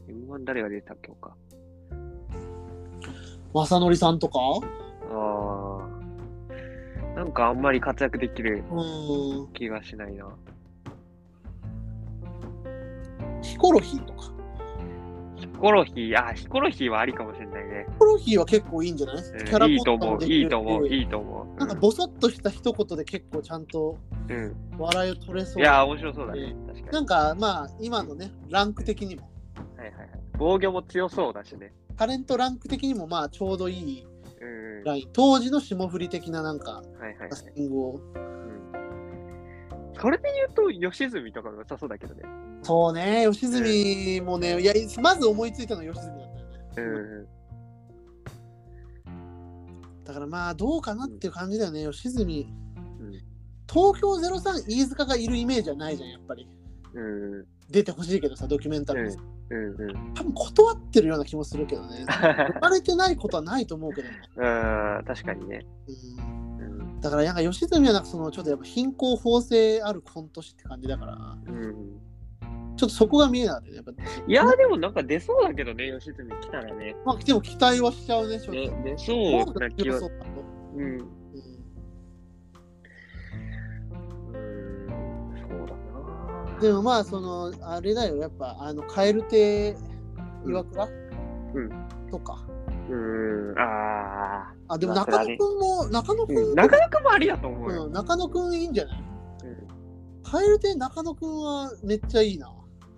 S2: M1 誰が出た今日か。
S1: 正則さんとか
S2: ああ。なんかあんまり活躍できる
S1: うん。
S2: 気がしないな。
S1: ヒコロヒーとか。
S2: ヒコロヒー、あ、ヒコロヒーはありかもしれないね
S1: ヒ。コロヒーは結構いいんじゃない、キャ
S2: う
S1: ラ
S2: ん、いい
S1: 濃
S2: と
S1: さも
S2: 思う、
S1: できる
S2: い
S1: し
S2: いと思う、いいと思う。
S1: なんかボソッとした一言で結構ちゃんと
S2: うん。
S1: 笑いを取れそう。
S2: いやー、面白そうだね。確か
S1: な
S2: に。
S1: んかまあ今のね、ランク的にも、
S2: はいはいはい。防御も強そうだしね。
S1: タレントランク的にもまあちょうどいい
S2: うん。は
S1: ライン。当時の霜降り的ななんか、
S2: いはいはい
S1: キャ。スティングを。
S2: うんそれで言うと、吉住とかが良さそうだけどね。
S1: そうね、吉住もね、いや、まず思いついたのは吉住だったよね。
S2: うん。
S1: だからまあどうかなっていう感じだよね、吉住。
S2: ん
S1: 東京03飯塚がいるイメージはないじゃん、やっぱり。
S2: うん。うん。
S1: 出てほしいけどさ、ドキュメンタリーで、
S2: うん。うん。
S1: 多分断ってるような気もするけどね。呼ばれてないことはないと思うけどね。
S2: うん確かにね。
S1: うん
S2: うん。
S1: だからなんか吉住はなんかそのちょっとやっぱ貧困法制あるコント師って感じだから、ち
S2: うん、
S1: ょっとそこが見えないんだよね。やっぱ
S2: いやーでもなんか出そうだけどね、吉住来たらね。
S1: まあ、でも期待はしちゃうね、ちょっと。
S2: ね出そうな気は。
S1: そうだと
S2: うん。
S1: うん
S2: うん、そうだな。
S1: でもまあそのあれだよやっぱあの蛙亭岩倉、とか
S2: うん、あ
S1: あでも
S2: まあ
S1: 中野くんも中野
S2: ー、
S1: く
S2: うんん、なかなかもありだと思うよ。
S1: うん、中野くんいいんじゃない
S2: うん
S1: 蛙亭中野くんはめっちゃいいな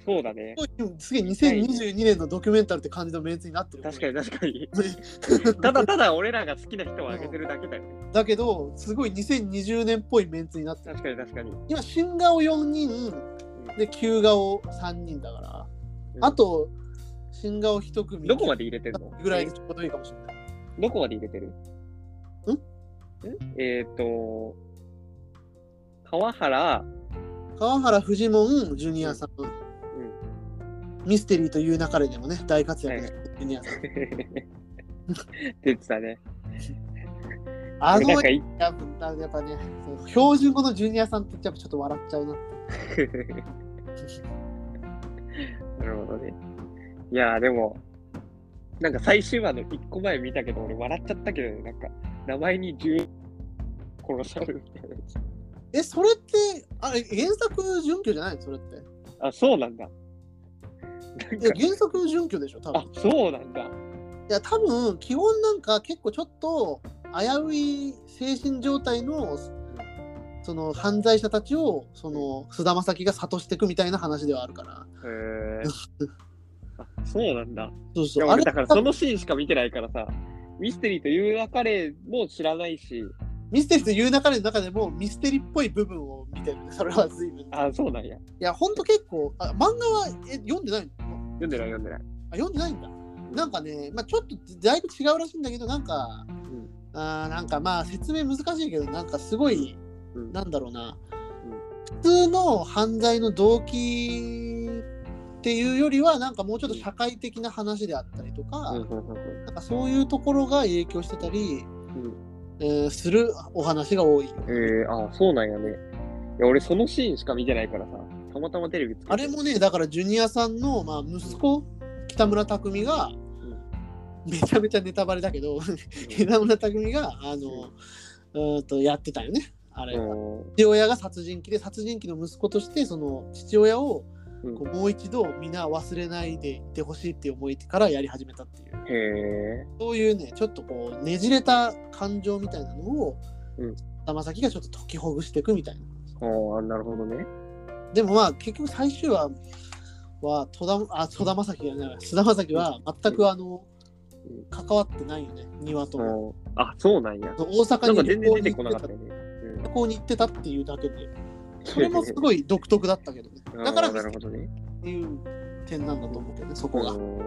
S2: そうだね。
S1: すげえ2022年のドキュメンタルって感じのメンツになってる
S2: 確かに確かに。
S1: に
S2: ただただ俺らが好きな人をあげてるだけだよね。
S1: だけどすごい2020年っぽいメンツになってる
S2: 確かに確かに。
S1: 今新顔4人で旧顔3人だから、
S2: うん
S1: あと新顔1組
S2: どこまで入れてるの
S1: ぐらいでちょうどいいかもしれない
S2: どこまで入れてるんえっ、ー、と、川原、
S1: 川原フジモンジュニアさん、ミステリーという流れでもね大活躍です、ジュニアさん
S2: って言ってたね。
S1: あ
S2: 俺な
S1: の
S2: んかい
S1: やっぱやっぱねそう標準語のジュニアさんってやっぱちょっと笑っちゃうな
S2: なるほどね。いやーでも、なんか最終話の1個前見たけど、俺笑っちゃったけどね、なんか名前に10殺されるみたいなやつ。
S1: えそれってあれ原作準拠じゃないのそれって
S2: あ、そうなんだ。なん
S1: いや
S2: か、
S1: 原作準拠でしょ多分
S2: あ、そうなんだ。
S1: いや多分基本なんか結構ちょっと危うい精神状態のその犯罪者たちをその菅田将暉が諭していくみたいな話ではあるから
S2: へ え。あ、そうなんだ。
S1: そう
S2: い
S1: そう
S2: や
S1: あれ
S2: 俺だからそのシーンしか見てないからさ、ミステリーという別れも知らないし、
S1: ミステリーという流れの中でもミステリーっぽい部分を見てるね、 それは随分。い
S2: あ、そうなんや。
S1: や、ほんと結構、あ漫画はえ読んでないの
S2: 読んでない読んでない。
S1: あ読んでないんだ。なんかね、まあ、ちょっとだいぶ違うらしいんだけど、なんか、
S2: ん
S1: あーなんかまあ説明難しいけど、なんかすごい、
S2: うん
S1: なんだろうな、普通の犯罪の動機っていうよりは、なんかもうちょっと社会的な話であったりとか、
S2: うんうんうんうん
S1: なんかそういうところが影響してたり、
S2: ん
S1: えーするお話が多いよ。
S2: えー、あそうなんやね。いや俺そのシーンしか見てないからさ、たまたまテレビつけて
S1: あれもね、だからジュニアさんの、まあ、息子、北村匠海が、めちゃめちゃネタバレだけど、北村匠海が、あの、うーんとやってたよね、あれ。
S2: うん
S1: 父親が殺人鬼で、殺人鬼の息子として、その父親を、
S2: うん
S1: こうもう一度、みんな忘れないでいてほしいっていう思いからやり始めたっていう。
S2: へえ。
S1: そういうね、ちょっとこう、ねじれた感情みたいなのを、
S2: うん
S1: 玉崎がちょっと解きほぐしていくみたいな。
S2: ああ、なるほどね。
S1: でもまあ結局最終話は戸田あ戸田正樹じゃない菅田将暉は全くあの、
S2: うん
S1: 関わってないよね庭とも、
S2: うんあそうなんや。
S1: 大
S2: なん
S1: 阪
S2: か
S1: に
S2: 全然出て
S1: 旅
S2: こ
S1: 行
S2: な
S1: に行った
S2: かっ
S1: て
S2: よね。
S1: た旅行に行ってたっていうだけでそれもすごい独特だったけどね
S2: うん
S1: だから
S2: な
S1: っ
S2: るほどね。
S1: ていう点なんだと思うけどねそこが、
S2: うん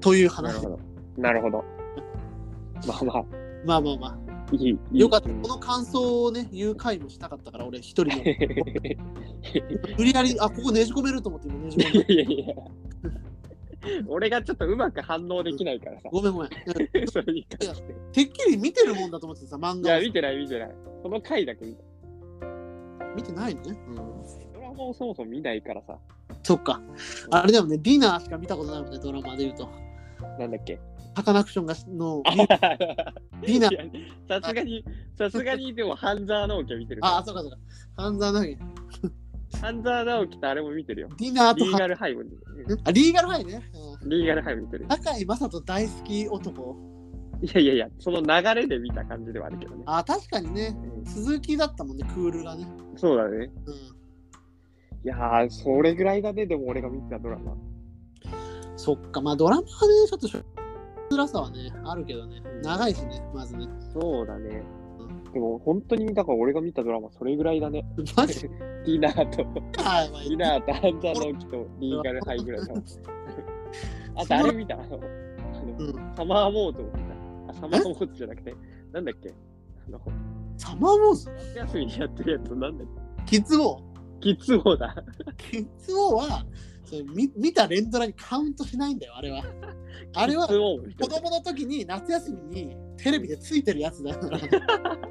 S1: という
S2: なる
S1: 話
S2: ほど。なるほど。まあま
S1: まあまあまあ
S2: あ、いい。いい
S1: よかったこの感想をね言う回もしたかったから俺一人の無理やりあここねじ込めると思って今ねじ込め
S2: い
S1: る
S2: やいや。俺がちょっとうまく反応できない からさ。
S1: ごめんごめんうん
S2: それに関して。
S1: てっきり見てるもんだと思ってさ漫
S2: い
S1: 画
S2: や、
S1: を
S2: 見てない見てない。その回だけ見た。
S1: 見てないのね、
S2: ドラマをそもそも見ないからさ。
S1: そっか。あれでもね、ディナーしか見たことないもんね、ドラマで言うと。
S2: なんだっけ
S1: カタナクションがの
S2: い
S1: 美
S2: や
S1: な
S2: さすがに、さすがに、でも、半沢直樹は見てる
S1: ああ
S2: か
S1: そうかそうか半沢直樹
S2: ら。半沢直樹とあれも見てるよ。
S1: ディナーと
S2: リー
S1: ハ
S2: ガルハイも、
S1: あリーガルハイね、う
S2: リーガルハイも見てる
S1: ん、。中井雅人大好き男
S2: いやいやいや、その流れで見た感じではあるけどね。
S1: あー確かにね
S2: う
S1: 鈴木だったもんねクールがね、
S2: んそうだね。
S1: う
S2: いやー、それぐらいだね、でも俺が見てたドラマ。
S1: ん、そっかまあドラマはねちょっとしょ辛さはねあるけどね長いしねまずね
S2: そうだね。でも、本当に見たから俺が見たドラマ、それぐらいだね。
S1: マジ
S2: ディナーと、
S1: かお前
S2: ディナーと半沢直樹とリーガルハイぐらい だもん。あと、あれ見た。あの、
S1: うん
S2: サマーモードを見た。あ、サマーモードじゃなくて、なんだっけあの、
S1: サマーウォーズ
S2: 夏休みにやってるやつ、なんだっ
S1: キッズウォー
S2: けキッズ王だ。
S1: キッズウォーはそれ見見た連ドラにカウントしないんだよあれ はあれは
S2: キッズ王
S1: 子供の時に夏休みにテレビでついてるやつだから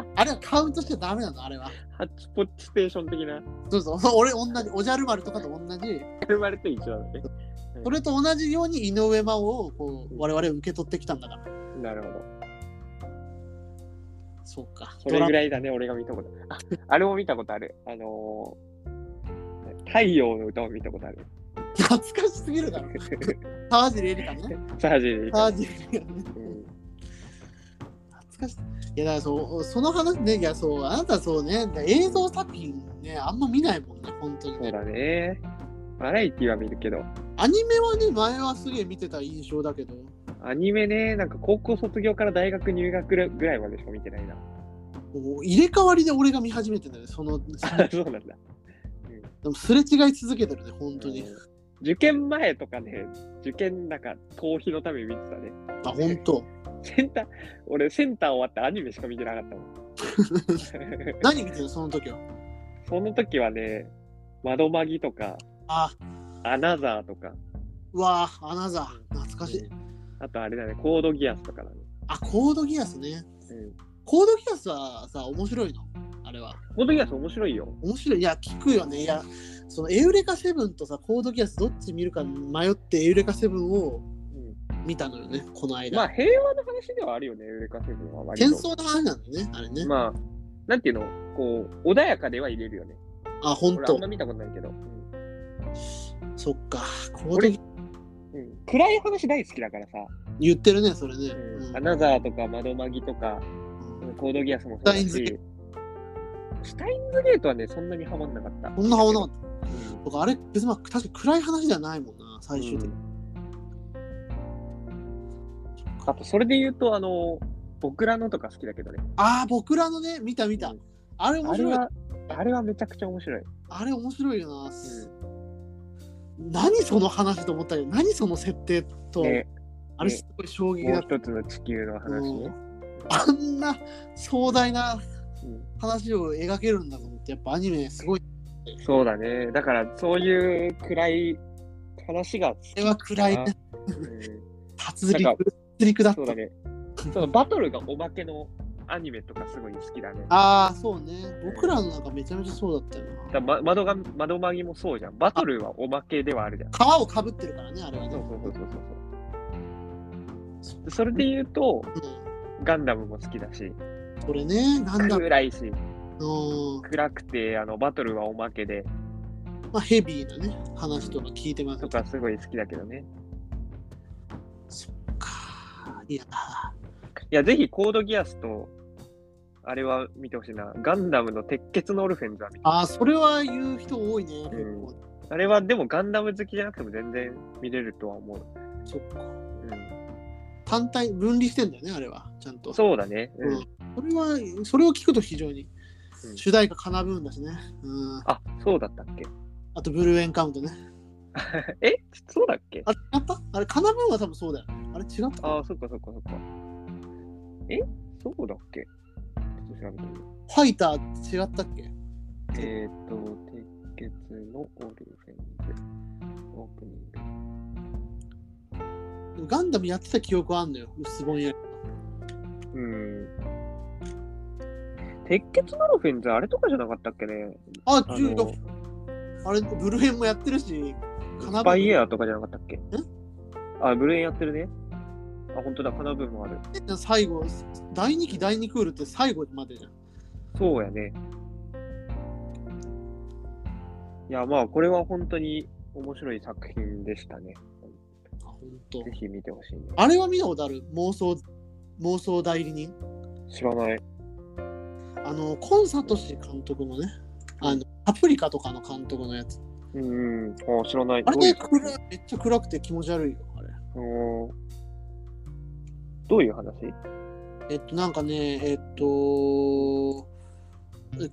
S1: あれはカウントしちゃダメなのあれは
S2: ハッチポッチステーション的な。
S1: そうそう俺同じおじゃる丸とかと同じ
S2: 生まれて一緒だね。
S1: それと同じように井上真央をこう我々受け取ってきたんだから
S2: なるほど。
S1: そうか
S2: それぐらいだね、俺が見たことある。ああれも見たことある。あのー、太陽の歌を見たことある。
S1: 懐かしすぎるだろ。沢尻エリカね。
S2: サージで。
S1: 沢尻エリカね。
S2: うん
S1: 懐かしい。いや、だからそう、その話ね、いや、そう、あなたそうね、だから映像作品ね、あんま見ないもんね、本当に
S2: そう
S1: ね。
S2: だね。バラエティは見るけど、
S1: アニメはね、前はすげえ見てた印象だけど、
S2: アニメね、なんか高校卒業から大学入学ぐらいまでしか見てないな。
S1: もう入れ替わりで俺が見始めてんだよね、その、で
S2: あ そうなんだ。
S1: もすれ違い続けてるね、本当に
S2: う。ん受験前とかね、受験なんか逃避のために見てたね。
S1: あ、本当。
S2: センター、俺センター終わってアニメしか見てなかったもん。
S1: 何見てるその時は。
S2: その時はね、窓まぎとか、
S1: あ、
S2: アナザーとか、
S1: うわぁ、アナザー。懐かしい。
S2: あとあれだね、コードギアスとかだね。
S1: あ、コードギアスね。
S2: うん
S1: コードギアスはさ、面白いのあれは。
S2: コードギアス面白いよ。
S1: 面白い。いや、聞くよね。いや、そのエウレカセブンとさ、コードギアスどっち見るか迷ってエウレカセブンを
S2: う
S1: 見たのよね、この
S2: ん、ま
S1: 間。
S2: あ平和の話ではあるよね、ウレカセブンは割と。
S1: 戦争の話なんだね、あれね。
S2: まあ、なんていうの、こう、穏やかでは入れるよね。
S1: あ、本
S2: 俺あ
S1: 当
S2: んま。見たことないけど。うん
S1: そっか。コード
S2: 俺
S1: ギ
S2: うん暗い話大好きだからさ、
S1: 言ってるね、それね。
S2: うん
S1: うん
S2: アナザーとか窓マギとか、コードギアスもそうだし、
S1: スタインズゲ
S2: スタインズゲートはね、そんなにハマんなかった。
S1: こんな顔なか
S2: う
S1: った。
S2: ん
S1: 僕、あれ、別にまあ、確かに暗い話じゃないもんな、最終的に。
S2: あと、それで言うと、あの、僕らのとか好きだけどね。
S1: ああ、僕らのね、見た見た。
S2: うん
S1: あれ面
S2: あれ
S1: 白い。あれ
S2: は、あれはめちゃくちゃ面白い。
S1: 面白いよな。何その話と思ったけど、何その設定と、
S2: で、
S1: あれ
S2: ね
S1: すごい衝撃
S2: も
S1: だ
S2: う
S1: った。
S2: 一つの地球の話ね。
S1: あんな壮大な
S2: うん
S1: 話を描けるんだと思ってやっぱアニメすごい
S2: そうだね。だから、そういう暗い話が好き
S1: あれは暗い
S2: な
S1: ね
S2: うん
S1: 殺戮
S2: なんか
S1: 殺戮だっ
S2: そう
S1: た
S2: だね。そのバトルがお化けのアニメとかすごい好きだね。
S1: ああそうね僕らのなんかめちゃめちゃそうだったよな
S2: だま、窓が窓まぎもそうじゃん。バトルはおまけではあるじゃん。
S1: 皮をかぶってるからねあれは
S2: そう
S1: ね
S2: そうそうそうそう。それで言うと、
S1: うん
S2: ガンダムも好きだし、
S1: それねなんだうん
S2: 暗いし、暗くて、あのバトルはおまけで、
S1: まあヘビーなね話とか聞いてます
S2: とかすごい好きだけどね。
S1: かいや
S2: いや、ぜひコードギアスと、あれは見てほしいな。ガンダムの鉄血のオルフェンズは見て
S1: ああそれは言う人多いね結構
S2: あれはでもガンダム好きじゃなくても全然見れるとは思う。
S1: そっか
S2: うん、
S1: 単体分離してんだよねあれはちゃんと
S2: そうだね。
S1: う
S2: うんん。
S1: それはそれを聞くと非常に
S2: うん
S1: 主題歌かなぶんだしねうん
S2: あ、そうだったっけ
S1: あとブルーエンカウントね。
S2: えそうだっけ
S1: あれ違ったあれ、カナブンは多分そうだよね。あれ違った
S2: ああ、そっかそっかそっか。えそうだっけちょっと調べてみよう。
S1: ファイター違ったっけ
S2: えっ、ー、と、鉄血のオルフェンズ。オープニング。
S1: ガンダムやってた記憶はあんのよ。薄ぼんやり。
S2: うん。鉄血のオルフェンズ、あれとかじゃなかったっけね
S1: あ、
S2: あ
S1: 中
S2: の
S1: 毒。あれ、ブルーエンもやってるし、
S2: スパイエ
S1: ア。
S2: アーとかじゃなかったっけあ、ブルーエンやってるね。ああ、本当だ、カナブーもある。
S1: 最後、第2期、第2クールって最後までじゃん。
S2: そうやね。いや、まあ、これは本当に面白い作品でしたね。
S1: あ本当
S2: ぜひ見てほしいね。
S1: あれは見たことある妄想、妄想代理人。
S2: 知らない。
S1: あの、コンサート氏監督のね、あの、パプリカとかの監督のやつ。
S2: うん、うん。あ、知らない。
S1: あ
S2: どうい
S1: れ
S2: う
S1: 暗いめっちゃ暗くて気持ち悪いよ、あれ。
S2: うんどういう話
S1: えっと、なんかね、えっと、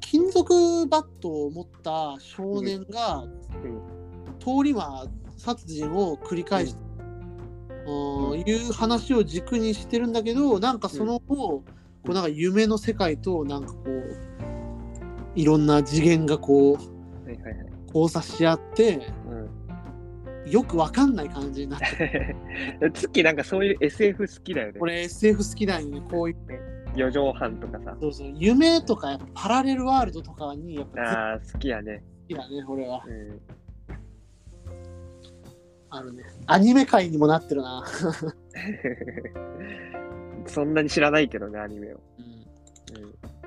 S1: 金属バットを持った少年が、通り魔殺人を繰り返して、うんいう話を軸にしてるんだけど、なんかその後、こうなんか夢の世界と、なんかこう、いろんな次元がこう、
S2: はいはいはい。
S1: 交差し合って、 よくわかんない感じにな って、
S2: うん。ツッキーなんかそういう SF 好きだよね。
S1: 俺 SF 好きなんよね、こういう。
S2: 四畳半とかさ。
S1: そうそう夢とかやっぱパラレルワールドとかにやっぱ絶対
S2: ああ、好きやね。
S1: 好きだね、俺は。
S2: うん。
S1: あるね。アニメ界にもなってるな。
S2: そんなに知らないけどね、アニメを。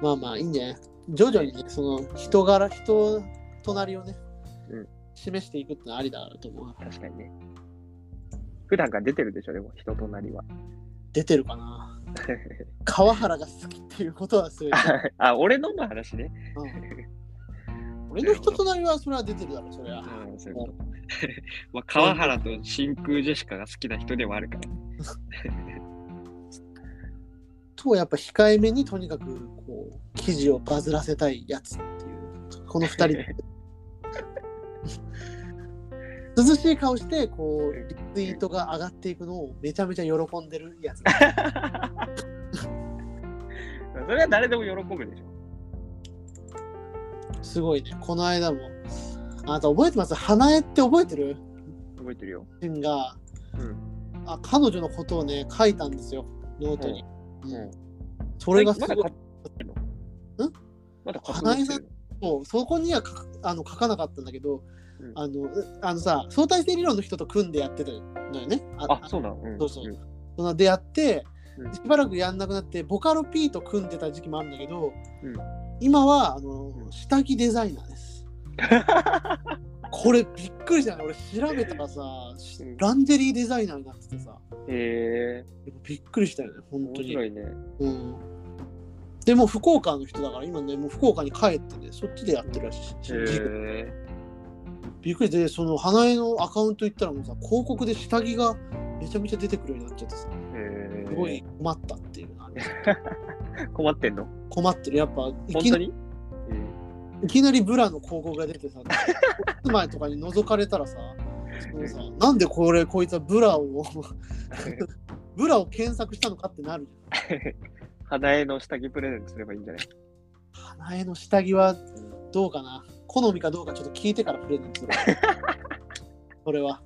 S1: まあまあ、いいんじゃない徐々にね、その人柄、人となりをね、
S2: うん
S1: 示していくってのはありだと思う。
S2: 確かにね。普段から出てるでしょ、でも、人となりは。
S1: 出てるか な。川原が好きっていうことはする。
S2: あ、俺のの話ね。
S1: うん俺の人となりはそれは出てるだろ、それは。
S2: うん、そういうこと。 まあ、川原と真空ジェシカが好きな人でもあるから。
S1: と、やっぱ控えめにとにかくこう記事をバズらせたいやつっていう、この二 人。涼しい顔して、こう、リツイートが上がっていくのをめちゃめちゃ喜んでるやつ。
S2: それは誰でも喜ぶでしょ。
S1: すごいね。この間も。あなた覚えてます花江って覚えてる
S2: 覚えてるよ。
S1: シンが、
S2: うん
S1: あ彼女のことをね、書いたんですよ。ノートに。
S2: ん
S1: うん
S2: うん
S1: それがすご
S2: まだ
S1: い
S2: 買。ってるの
S1: ん
S2: まだ活動してる
S1: そうそこには書くあの書かなかったんだけど、
S2: うん
S1: あのうあのさ相対性理論の人と組んでやってたのよね。
S2: のあ、そうなの、ん
S1: そうそうんその出会って
S2: うん
S1: しばらくやんなくなってボカロ P と組んでた時期もあるんだけど、
S2: うん
S1: 今はあの
S2: うん
S1: 下着デザイナー です。これびっくりじゃない俺調べたらさ、し
S2: うん
S1: ランジェリーデザイナーになっててさ
S2: へえ
S1: びっくりしたよね本
S2: 面
S1: 当に
S2: 白いね。
S1: うん、でもう福岡の人だから今ねもう福岡に帰ってねそっちでやってるらしい、
S2: へえ
S1: びっくりでその花江のアカウント行ったらもうさ広告で下着がめちゃめちゃ出てくるようになっちゃってさすごい困ったっていうのある
S2: 困ってんの
S1: 困ってるやっぱい
S2: 本
S1: きな
S2: 当
S1: り
S2: に
S1: いきなりブラの広告が出てさ住まいとかに覗かれたらさそのさなんでこれこいつはブラを ブラを検索したのかってなる
S2: 花江の下着プレゼントすればいいんじゃない
S1: 花江の下着はどうかな好みかどうかちょっと聞いてからプレゼントする それは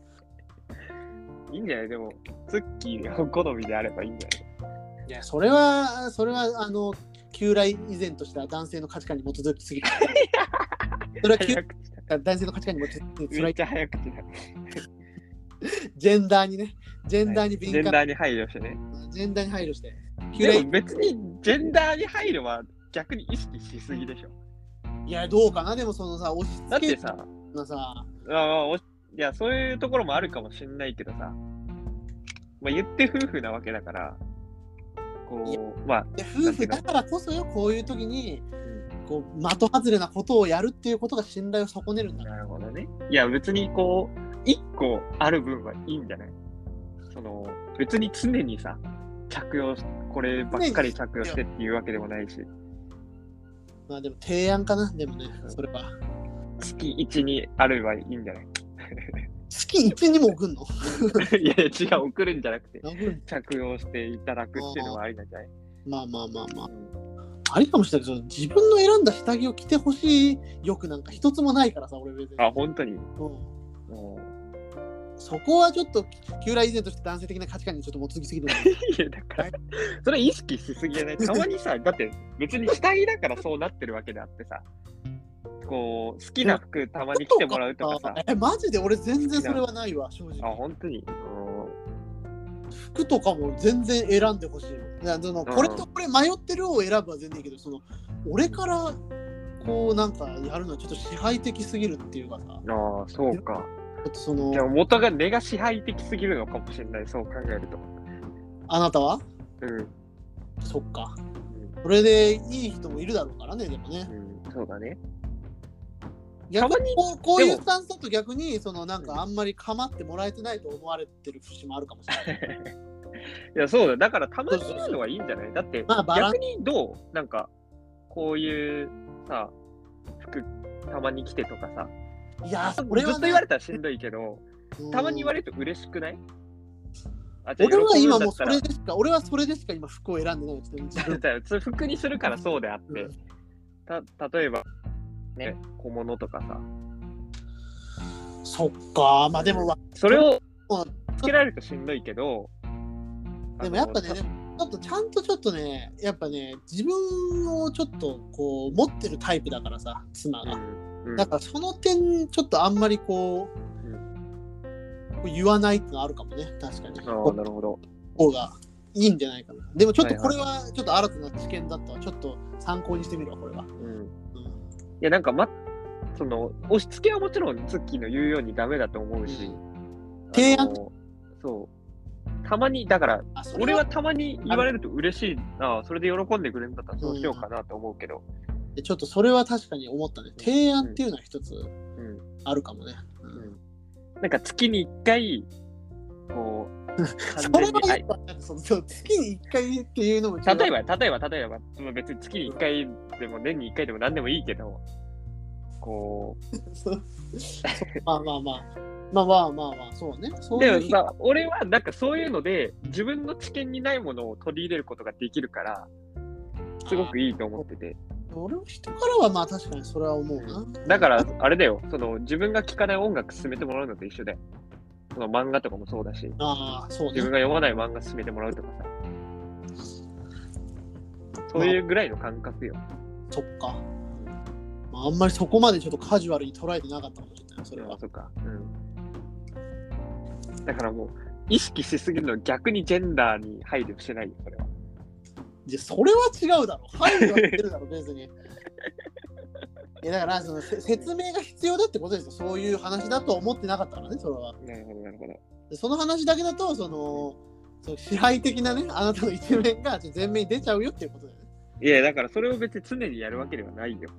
S1: い
S2: いんじゃないでも、ツッキーの好みであればいいんじゃない
S1: やそれはそれはあの旧来以前とした男性の価値観に基づきすぎてそれはい旧
S2: 早口だ。
S1: 男性の価値観に基づきそれ
S2: め
S1: は
S2: っちゃ早口だ。
S1: ジェンダーにねジェンダーに
S2: ジ
S1: 敏
S2: ェン
S1: 感、
S2: ダーに配慮してね。
S1: ジェンダーに配慮して旧
S2: で
S1: 来
S2: も別にジェンダーに配慮は逆に意識しすぎでしょ。
S1: いやどうかなでもそのさ押し
S2: だっ
S1: 付け
S2: て
S1: る
S2: さ、
S1: ようなさ
S2: ああおいや、そういうところもあるかもしんないけどさ、まあ、言って夫婦なわけだから、
S1: いや
S2: こう、まあ、
S1: で夫婦だからこそよこういう時に
S2: ん
S1: こう的外れなことをやるっていうことが信頼を損ねるんだから
S2: なるほどね。いや、別にこう、一個ある分はいいんじゃないその、別に常にさ、着用し、こればっかり着用してっていうわけでもないし、
S1: まあでも提案かなでもね
S2: うん
S1: それは
S2: 月1にあればいいんじゃない
S1: 月1にも送んの
S2: いや、違う、送るんじゃなくて、
S1: 送る
S2: 着用していただくっていうのはありなんじゃない
S1: まあまあまあまあ
S2: うん
S1: ありかもしれないけど、自分の選んだ下着を着てほしい欲なんか一つもないからさ、俺別に。
S2: あ、本当に。
S1: うん
S2: もう
S1: そこはちょっと、旧来以前として男性的な価値観にちょっともつぎすぎてる。
S2: いや、だから、それ意識しすぎじ ゃないたまにさ、だって別に下着だからそうなってるわけであってさ、こう、好きな服たまに着てもらうとかさ、
S1: え、マジで俺全然それはないわ、正直。
S2: あ、本当に。うん
S1: 服とかも全然選んでほしいよ。いやそのこれとこれ迷ってるを選ぶは全然いいけど、その俺からこうなんかやるのはちょっと支配的すぎるっていうかさ、ち
S2: ああ、そうか。
S1: ょっとそ
S2: じゃあ、
S1: の、
S2: 元が根が支配的すぎるのかもしれない、そう考えると。
S1: あなたは
S2: うん。
S1: そっか。それでいい人もいるだろうからね、でもね。
S2: うん、うんそうだね。
S1: 逆
S2: た
S1: にこうこういう
S2: でも
S1: スタンスだと逆に、そのなんかあんまり構ってもらえてないと思われてる節もあるかもしれ ない。
S2: いや、そうだ。だから、たまにやるのはいいんじゃないだって、
S1: まあバラン
S2: 逆にどうなんか、こういうさ、服、たまに着てとかさ、
S1: いや、それ
S2: 俺ずっ
S1: は
S2: と
S1: ね、
S2: 言われたらしんどいけど、たまに言わ
S1: れ
S2: れると嬉しくないあ
S1: 俺は今もうそ
S2: 喜ぶんだ
S1: れ
S2: っ
S1: でしか、俺はそれでしか今服を選んでないですけど自分
S2: たら じゃあ服にするからそうであって、
S1: うん
S2: た例えば、ね、小物とかさ、
S1: そっか、まあでもわ
S2: それを
S1: もう
S2: つけられるとしんどいけど、
S1: でもやっぱね、
S2: あ
S1: でもちょっとちゃんとちょっとね、やっぱね、自分をちょっとこう持ってるタイプだからさ、妻
S2: の
S1: が。
S2: うんうん
S1: だからその点、ちょっとあんまりこう、
S2: う
S1: こう言わないってのはあるかもね、確かに。
S2: ああ、なるほど。
S1: 方がいいんじゃないかな。でもちょっとこれはちょっと新たな知見だったわ。ちょっと参考にしてみるわ、これは。
S2: うん
S1: うん
S2: いや、なんか、ま、その、押し付けはもちろん、ツッキーの言うようにダメだと思うし、
S1: 提案
S2: あのそう。たまに、だから、
S1: あそれ
S2: 俺はたまに言われると嬉しいな、それで喜んでくれるんだったらそうしようかなと思うけど、
S1: ちょっとそれは確かに思ったね。提案っていうのは一つ
S2: うん。
S1: あるかもね。うん
S2: なんか月に1回、こ う、
S1: そ
S2: 完
S1: れ
S2: 全
S1: は
S2: には
S1: やっ
S2: い
S1: ぱ、そのそう月に1回っていうのも違う
S2: 例えば、例えば、例えば、その別に月に1回でも年に1回でも何でもいいけど、こ、
S1: そうまあまあまあ。まあまあまあまあ、そうね。そううい
S2: で
S1: う
S2: も、まあ、俺はなんかそういうので、自分の知見にないものを取り入れることができるから、すごくいいと思ってて。
S1: 俺は人からはまあ確かにそれは思うな。
S2: だから、あれだよ、その自分が聴かない音楽勧めてもらうのと一緒で、その漫画とかもそうだし、
S1: ああ、そう
S2: 自
S1: ね
S2: 分。が読まない漫画勧めてもらうとかさ、そういうぐらいの感覚よ。
S1: そっか。まあ、あんまりそこまでちょっとカジュアルに捉えてなかったかもしれないな、そ
S2: そ
S1: れは。
S2: そうか。うん。だからもう、意識しすぎるの逆にジェンダーに配慮してないよ、それは。
S1: いや、それは違うだろ。配慮はしてるだろ、別に。い や、だからそのせ説明が必要だってことですよ。そういう話だとは思ってなかったからね、それは。
S2: なるほど、なるほど。
S1: でその話だけだと、その、その支配的なね、あなたの一面がちょっと前面に出ちゃうよっていうことだよね。
S2: いや、だからそれを別に常にやるわけではないよ。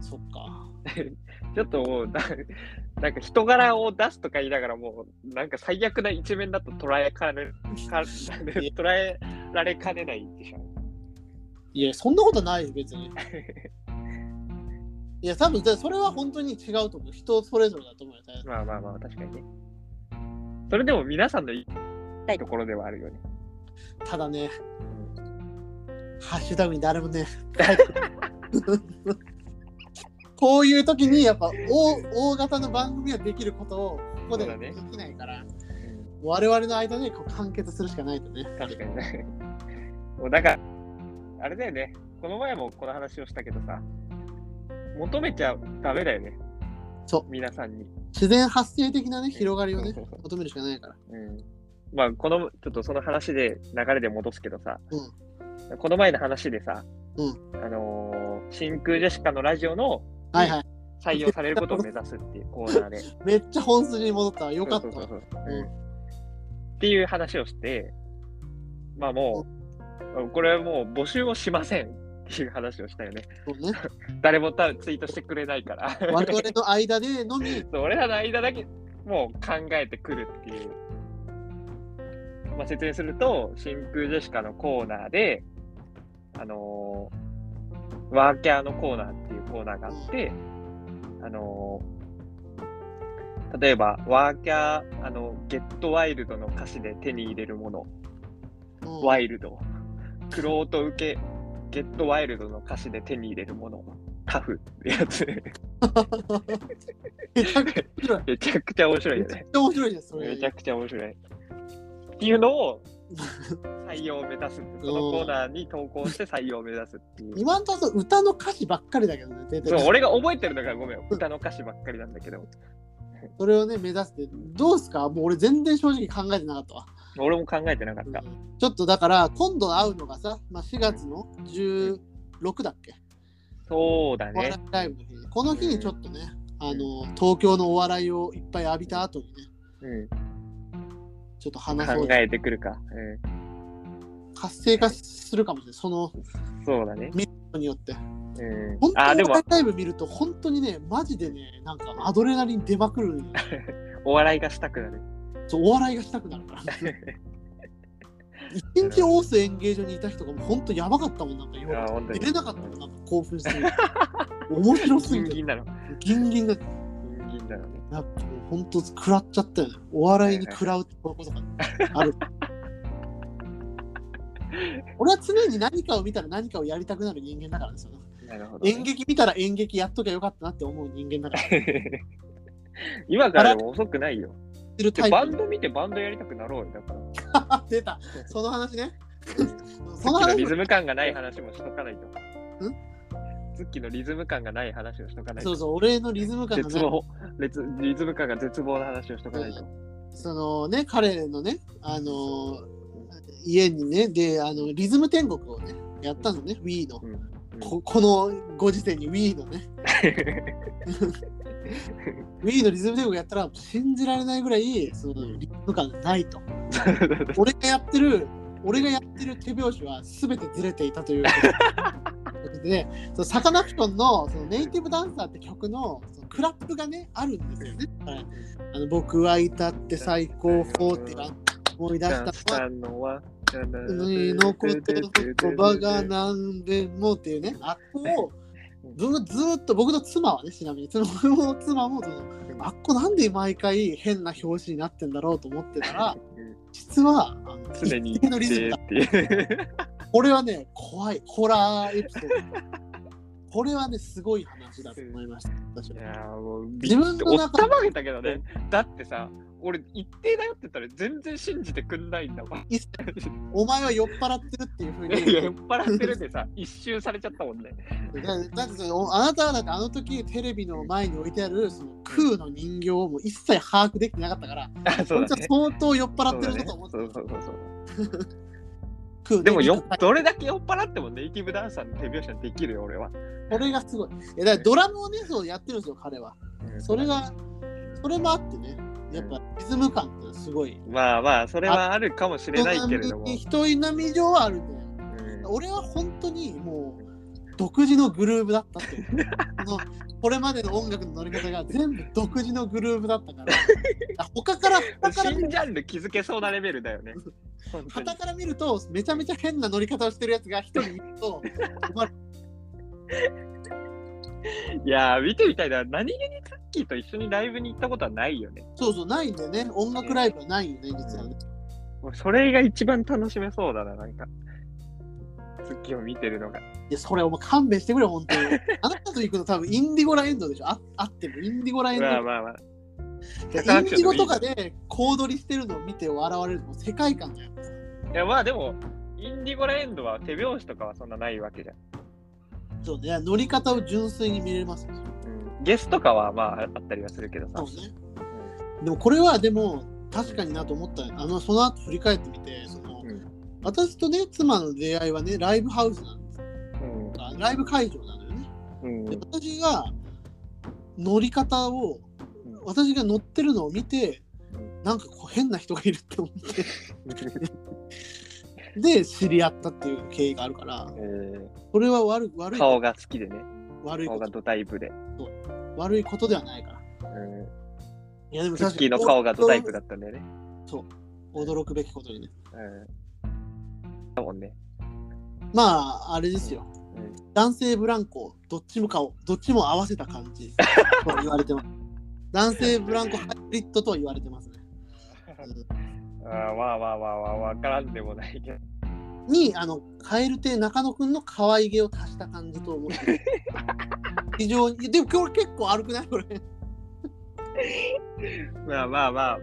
S1: そっか。
S2: ちょっともう、ななんか人柄を出すとか言いながらもう、なんか最悪な一面だと捉えかね、か捉えられかねないでしょ。
S1: いや、そんなことないよ、別 に。いや、多分、だからそれは本当に違うと思う。人それぞれだと思うよ。
S2: まあまあまあ、確かにね。それでも皆さんのいいところではあるよね。
S1: ただね、ハッシュタグに誰 もね、書いてないこういう時に、やっぱ大、大型の番組はできることを、ここで
S2: そう
S1: は
S2: だ
S1: で
S2: ね
S1: きないから、我々の間でこう完結するしかないとね。
S2: 確かにね。 もうだから、あれだよね。この前もこの話をしたけどさ、求めちゃダメだよね。
S1: そう
S2: 皆さんに。
S1: 自然発生的なね、広がりをね
S2: そうそうそ、
S1: 求めるしかないから。
S2: うん。まあ、この、ちょっとその話で流れで戻すけどさ、
S1: うん。
S2: この前の話でさ、
S1: う
S2: あのー真空ジェシカのラジオの
S1: はいはい。
S2: 採用されることを目指すっていうコーナーで。
S1: めっちゃ本筋に戻ったわ。よかったわ。
S2: そうそうそうそう
S1: うん
S2: っていう話をして、まあもう、これはもう募集をしませんっていう話をしたよね。
S1: そうね。
S2: 誰もたツイートしてくれな いから。
S1: 我々の間での み、
S2: そう俺らの間だけもう考えてくるっていう。まあ、説明すると、真空ジェシカのコーナーで、あのーワーキャーのコーナーっていうコーナーがあって、あのー例えば、ワーキャー、あの、ゲットワイルドの歌詞で手に入れるもの、
S1: うん
S2: ワイルド。クロート受け、ゲットワイルドの歌詞で手に入れるもの、タフってやつ。
S1: めちゃくちゃ面白い。
S2: めちゃくちゃ面白い
S1: め
S2: よ
S1: ちゃ
S2: ね
S1: く。ちゃ面白いです、それ。
S2: めちゃくちゃ面白い。っていうのを採用を目指すって、そのコーナーに投稿して採用を目指すっていう。
S1: 今んとこそう歌の歌詞ばっかりだけどね、出て
S2: そ
S1: る
S2: う俺が覚えてるのがごめん、歌の歌詞ばっかりなんだけど、
S1: それをね、目指して、どうすかもう俺全然正直考えてなかったわ。
S2: 俺も考えてなかった。
S1: ちょっとだから、今度会うのがさ、まあ、4月の16だっけ、
S2: そうだ
S1: お笑
S2: ね。
S1: いライブの日に。この日にちょっとね、あの、東京のお笑いをいっぱい浴びた後にね、
S2: うん。
S1: ちょっと話そう
S2: 考。えてくるか。う
S1: 活性化するかもしれない。その
S2: ん。そうだね。
S1: 人によって。
S2: うん
S1: 本。当
S2: あ、
S1: に
S2: で
S1: お
S2: も
S1: 笑、いライブ見ると、本当にね、マジでね、なんかアドレナリン出まくるんよ
S2: お笑いがしたくなる。
S1: そうお笑いがしたくなる から。一日大須演芸場にいた人がもう本当やばかったもん、なんか
S2: いや
S1: 今、
S2: 本当に
S1: 出れなかったもん、なんか興奮 して。面白す
S2: ギン
S1: ぎ
S2: ギ
S1: て、
S2: ンなの。
S1: ギンギンだ
S2: ギンギンなのね。
S1: やっぱもう本当食らっちゃったよね。お笑いに食らうってこういうことか、ある。俺は常に何かを見たら何かをやりたくなる人間だからですよ、
S2: なるほどね、
S1: 演劇見たら演劇やっときゃよかったなって思う人間だから。
S2: 今からでも遅くないよ。
S1: 知 るタ
S2: でバ
S1: イ
S2: ンド見てバンドやりたくなろうよ。だから。
S1: プ 出 た。その話ね。その
S2: さっきの
S1: 話
S2: リ
S1: も
S2: ズム感がない話もしとかないと。
S1: ん
S2: さっきのリズム感がない話をしとかない
S1: そ
S2: と
S1: う。そう、俺のリズム感が
S2: 絶
S1: ない。
S2: 望リズリズム感が絶望な話をしとかないと。
S1: そのね、彼のね、あのー家にね、で、あの、リズム天国をね、やったのね、Wii の。
S2: うん
S1: ここのご時世に Wii のね、Wii のリズム天国やったら信じられないぐらいそのリズム感がないと。俺がやってる俺がやってる手拍子は全てずれていたということででそのサカナクションのそのネイティブダンサーって曲のそのクラップがねあるんですよね。はいあの僕は至って最高峰っていうのを思い出したのは
S2: たのは、
S1: 君のことの言葉が何でもっていうね、あっこをずずーっと僕の妻はね、ちなみに、その僕の妻もその、あっこなんで毎回変な表紙になってんだろうと思ってたら、実は、あの
S2: 常に
S1: 一定のリズムだ。
S2: っていう。
S1: これはね、怖い、ホラーエピソー ド。これはね、すごい話だと思いました、私
S2: い
S1: は。
S2: やーもう、び
S1: 自分の
S2: おっ
S1: 中
S2: た
S1: で
S2: まげたけどね。だってさ、俺、一定だよって言ったら全然信じてくんないんだもん。
S1: 一切お前は酔っ払ってるっていうふうに
S2: いや、酔っ払ってるんでさ、一周されちゃったもんね。
S1: だだってそれおあなたはだってあの時テレビの前に置いてあるその空の人形をもう一切把握できてなかったから、
S2: あ、そ
S1: こ
S2: う
S1: いつ
S2: だ
S1: は
S2: ね。
S1: 相当酔っ払
S2: そう
S1: って
S2: だ
S1: る
S2: ね
S1: なと思って、
S2: そうそうそうそう。
S1: 空
S2: でもよ
S1: こ、
S2: どれだけ酔っ払ってもネイティブダンサーの手拍子はできるよ、俺は。
S1: れがすごい。えだからドラムをね、そうやってるんですよ、彼は。それが、それもあってね、やっぱリズム感ってすごい。
S2: まあまあ、それはあるかもしれないけれども。
S1: 人並み以上はあるんだよ。
S2: うん
S1: 俺は本当にもう独自のグルーブだったっていう このこれまでの音楽の乗り方が全部独自のグルーブだったから あ他から他から見
S2: 新
S1: る
S2: ジャンル気づけそうなレベル だよね。本当に
S1: 旗から見るとめちゃめちゃ変な乗り方をしてるやつが一人いると困る
S2: いやー、見てみたいな。何気にツッキーと一緒にライブに行ったことはないよね。
S1: そうそうないんだよね音楽ライブはないよね実はね
S2: もうそれが一番楽しめそうだな、なんか。ツッキーを見てるのが。
S1: いやそれお前勘弁してくれ本当にあなたと行くの多分インディゴラエンドでしょああってもインディゴラエンド
S2: まあまあまあ。
S1: インディゴとかでコードリしてるのを見て笑われるのも世界観だよ
S2: いや、まあでも、インディゴラエンドは手拍子とかはそんなないわけじゃん。
S1: そうね乗り方を純粋に見れますよ
S2: うんゲスとかはまああったりはするけどさ。
S1: そうね。でもこれはでも確かになと思ったあのその後振り返ってみてその、
S2: うん
S1: 私とね妻の出会いはねライブハウスなんです
S2: うん
S1: がライブ会場なのよね。
S2: うん
S1: で私が乗り方を私が乗ってるのを見て
S2: うん
S1: なんかこう変な人がいるって思って で知り合ったっていう経緯があるから
S2: え
S1: これは悪い悪
S2: ー
S1: い
S2: 顔が好きでね。
S1: 悪い
S2: 顔
S1: こ
S2: が
S1: と
S2: ドタイプで。
S1: 悪いことではないから。
S2: うん
S1: いやでも
S2: ツッ
S1: 確か
S2: キー
S1: に
S2: の顔がドタイプだったんだよね。
S1: 驚くべきことにね。
S2: うんだもんね。
S1: まああれですよ。
S2: うん
S1: 男性ブランコどっちも顔どっちも合わせた感じと言われてます男性ブランコハイブリッドと言われてますね、
S2: あーまあまあまあまあ、わからんでもないけど。
S1: うんにあの蛙亭中野くんの可愛げを足した感じと思って非常にでも今日結構歩くないこれ
S2: まあまあまあ、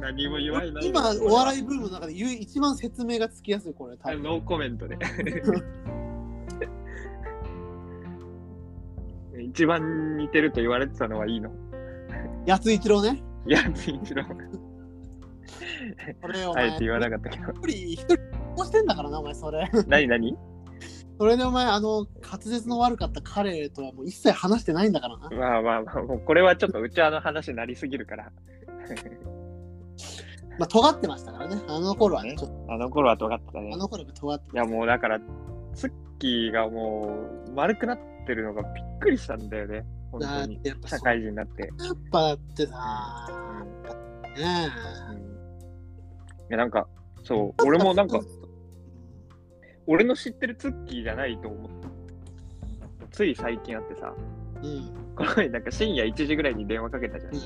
S2: 何も言われない。
S1: 今お笑
S2: い。
S1: いブームの中で唯一番説明がつきやすいこれ多分
S2: ノーコメン トで。一番似てると言われてたのはいいの。
S1: やつ一郎ね。
S2: いや、一郎、
S1: これお
S2: あえ
S1: 前、
S2: て言わなかったけど。
S1: 一人一人こうしてんだからな、お前、それ。
S2: 何何
S1: それでお前、あの、滑舌の悪かった彼とはもう一切話してないんだからな。
S2: まあまあまあ、もうこれはちょっとうちわの話になりすぎるから。
S1: まあ、尖ってましたからね。あの頃はね、ちょっ
S2: あの頃は尖ってたね
S1: とあ。の頃は尖って
S2: いやもうだから、ツッキーがもう丸くなってるのがびっくりしたんだよね。本
S1: だ
S2: 当
S1: っ
S2: に。
S1: てやっぱ
S2: 社
S1: そ
S2: 会人になって。
S1: やっぱだってさ、ね
S2: うんいやなんか、そう、俺もなんか、俺の知ってるツッキーじゃないと思った。つい最近あってさ、
S1: え。うん。
S2: この前なんか深夜1時ぐらいに電話かけたじゃん。
S1: う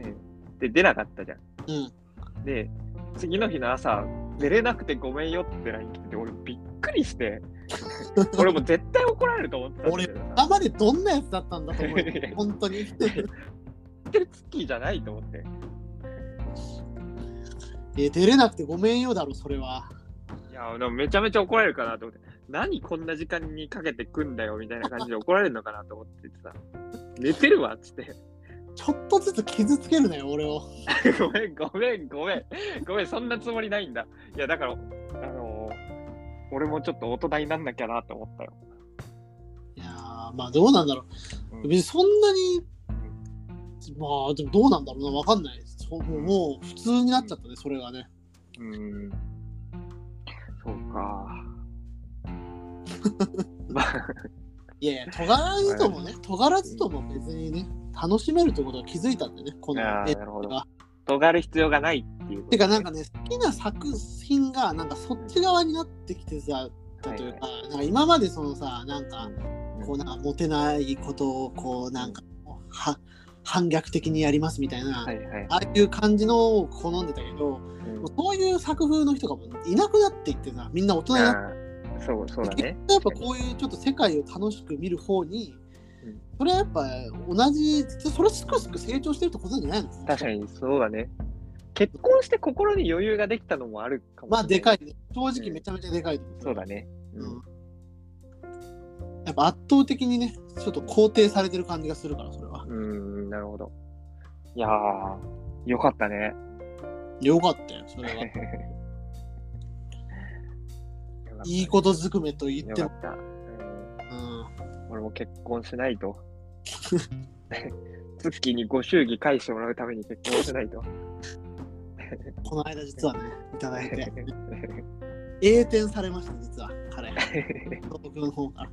S1: ん
S2: うんで、出なかったじゃん。
S1: うん。
S2: で、次の日の朝、出れなくてごめんよって LINE 来てて、俺びっくりして、俺もう絶対怒られると思ってたんだけどさ。
S1: 今までどんなやつだったんだと思う よ
S2: いや
S1: 本当に。
S2: 知ってるツッキーじゃないと思って。
S1: え出れなくてごめんよだろ、それは。
S2: いや、でもめちゃめちゃ怒られるかなと思って、何こんな時間にかけてくんだよみたいな感じで怒られるのかなと思ってさ、寝てるわっつって、
S1: ちょっとずつ傷つけるなよ、俺を。
S2: ごめん、ごめん、ごめん、ごめん、そんなつもりないんだ。いや、だから、あのー俺もちょっと大人になんなきゃなと思ったよ。
S1: いやーまあどうなんだろう。
S2: うん
S1: 別にそんなに、まあでもどうなんだろうな、わかんないです。そうもうもう普通になっちゃったね、それがね。
S2: うん。そうか。まあ、
S1: いやいや、尖らずともね、尖らずとも別にね、楽しめるってことが気づいたんでね、この
S2: あー
S1: 絵
S2: なるほど
S1: が。
S2: 尖る必要がないっていうこと。
S1: てかなんかね、好きな作品がなんかそっち側になってきてさ、たというか、なんか今までそのさ、なんか、こうなんかモテないことをこうなんかは反逆的にやりますみたいな、
S2: はいはい。
S1: ああいう感じのを好んでたけど、
S2: うん
S1: もうそういう作風の人がもういなくなっていってさみんな大人になって、
S2: あーそう、そうだ ね。
S1: やっぱこういうちょっと世界を楽しく見る方に、
S2: うん
S1: それはやっぱ同じそれすくすく成長してるってことじゃないの
S2: 確かにそうだね。結婚して心に余裕ができたのもあるかもし
S1: ま
S2: れない。
S1: あでか
S2: い。
S1: いね正直めちゃめちゃでかいと思
S2: そうだね。
S1: う
S2: うんん、
S1: やっぱ圧倒的にねちょっと肯定されてる感じがするからそれは
S2: うーん、なるほど。いやー、よかったね。
S1: よかったよそれは いいことずくめと言っ
S2: よ
S1: て
S2: か
S1: も、
S2: った。うん
S1: うん
S2: 俺も結婚しない と。ツッキーにご祝儀返してもらうために結婚しないと。
S1: この間実はね、いただいて、栄転されました、実は、 彼、僕の方から。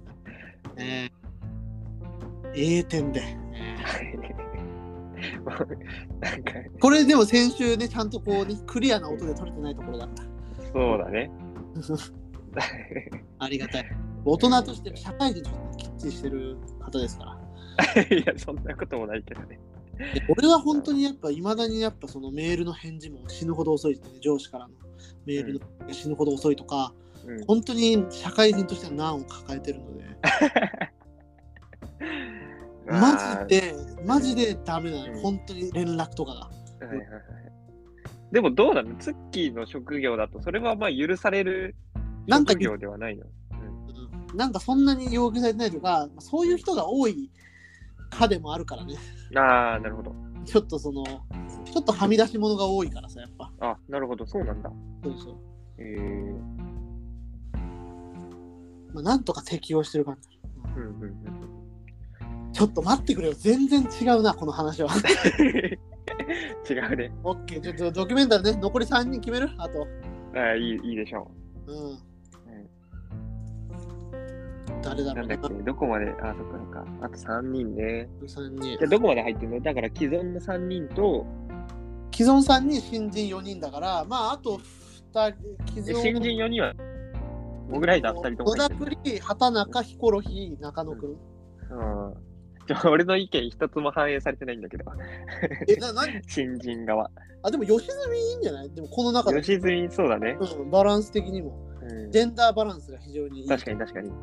S1: えー、栄転で、えー
S2: もうなんか、
S1: これでも先週ね、ちゃんとこうね、クリアな音で取れてないところだった。
S2: そうだ ね。
S1: ありがたい。大人として、社会人としてきっちりしてる方ですから。
S2: いや、そんなこともないけどね。
S1: で俺は本当にやっぱ、いまだにやっぱそのメールの返事も死ぬほど遅いですね、上司からのメールの返事が死ぬほど遅いとか、
S2: うん
S1: 本当に社会人としては難を抱えてるので。マジで、マジでダメなのよ、
S2: うん
S1: 本当に連絡とかが。
S2: はいはいはいでもどうなのツッキーの職業だとそれはまあ許される
S1: なんか
S2: 職業ではないの。
S1: うんなんかそんなに要求されてないとか、まあそういう人が多いかでもあるからね、
S2: ああ、なるほど。
S1: ちょっとその、ちょっとはみ出し物が多いからさ、やっぱ。
S2: あなるほど、そうなんだ。
S1: そうそう。
S2: えー
S1: まあ、なんとか適応してる感じ。
S2: うんうんうん
S1: ちょっと待ってくれよ、全然違うな、この話は。
S2: 違うね。
S1: オッケー、ちょっとドキュメンタリーね、残り3人決めるあと。
S2: ああ、いいいいでしょ
S1: うん。誰だ
S2: う。
S1: ろ
S2: な
S1: うん
S2: だ
S1: な、
S2: っけ、どこまで、あ、そっかそっか。あと3人ね。
S1: 3人
S2: じゃ。あどこまで入ってるのだから既存の3人と、
S1: 既存3人、新人4人だから、まあ、あと2人、既
S2: で
S1: 存
S2: 新人4人は、僕らいた2人とも
S1: 野
S2: 入
S1: 田
S2: ってる。
S1: プリ、畑中、ヒコロヒー、中野くん。
S2: うんじゃあ俺の意見一つも反映されてないんだけど、
S1: え、な、なに
S2: 新人側。
S1: あ、でも吉住いいんじゃないでもこの中で、
S2: 吉住、そうだね。
S1: うん、バランス的にも。
S2: うん
S1: ジェンダーバランスが非常にいい。
S2: 確かに確かに。ヒ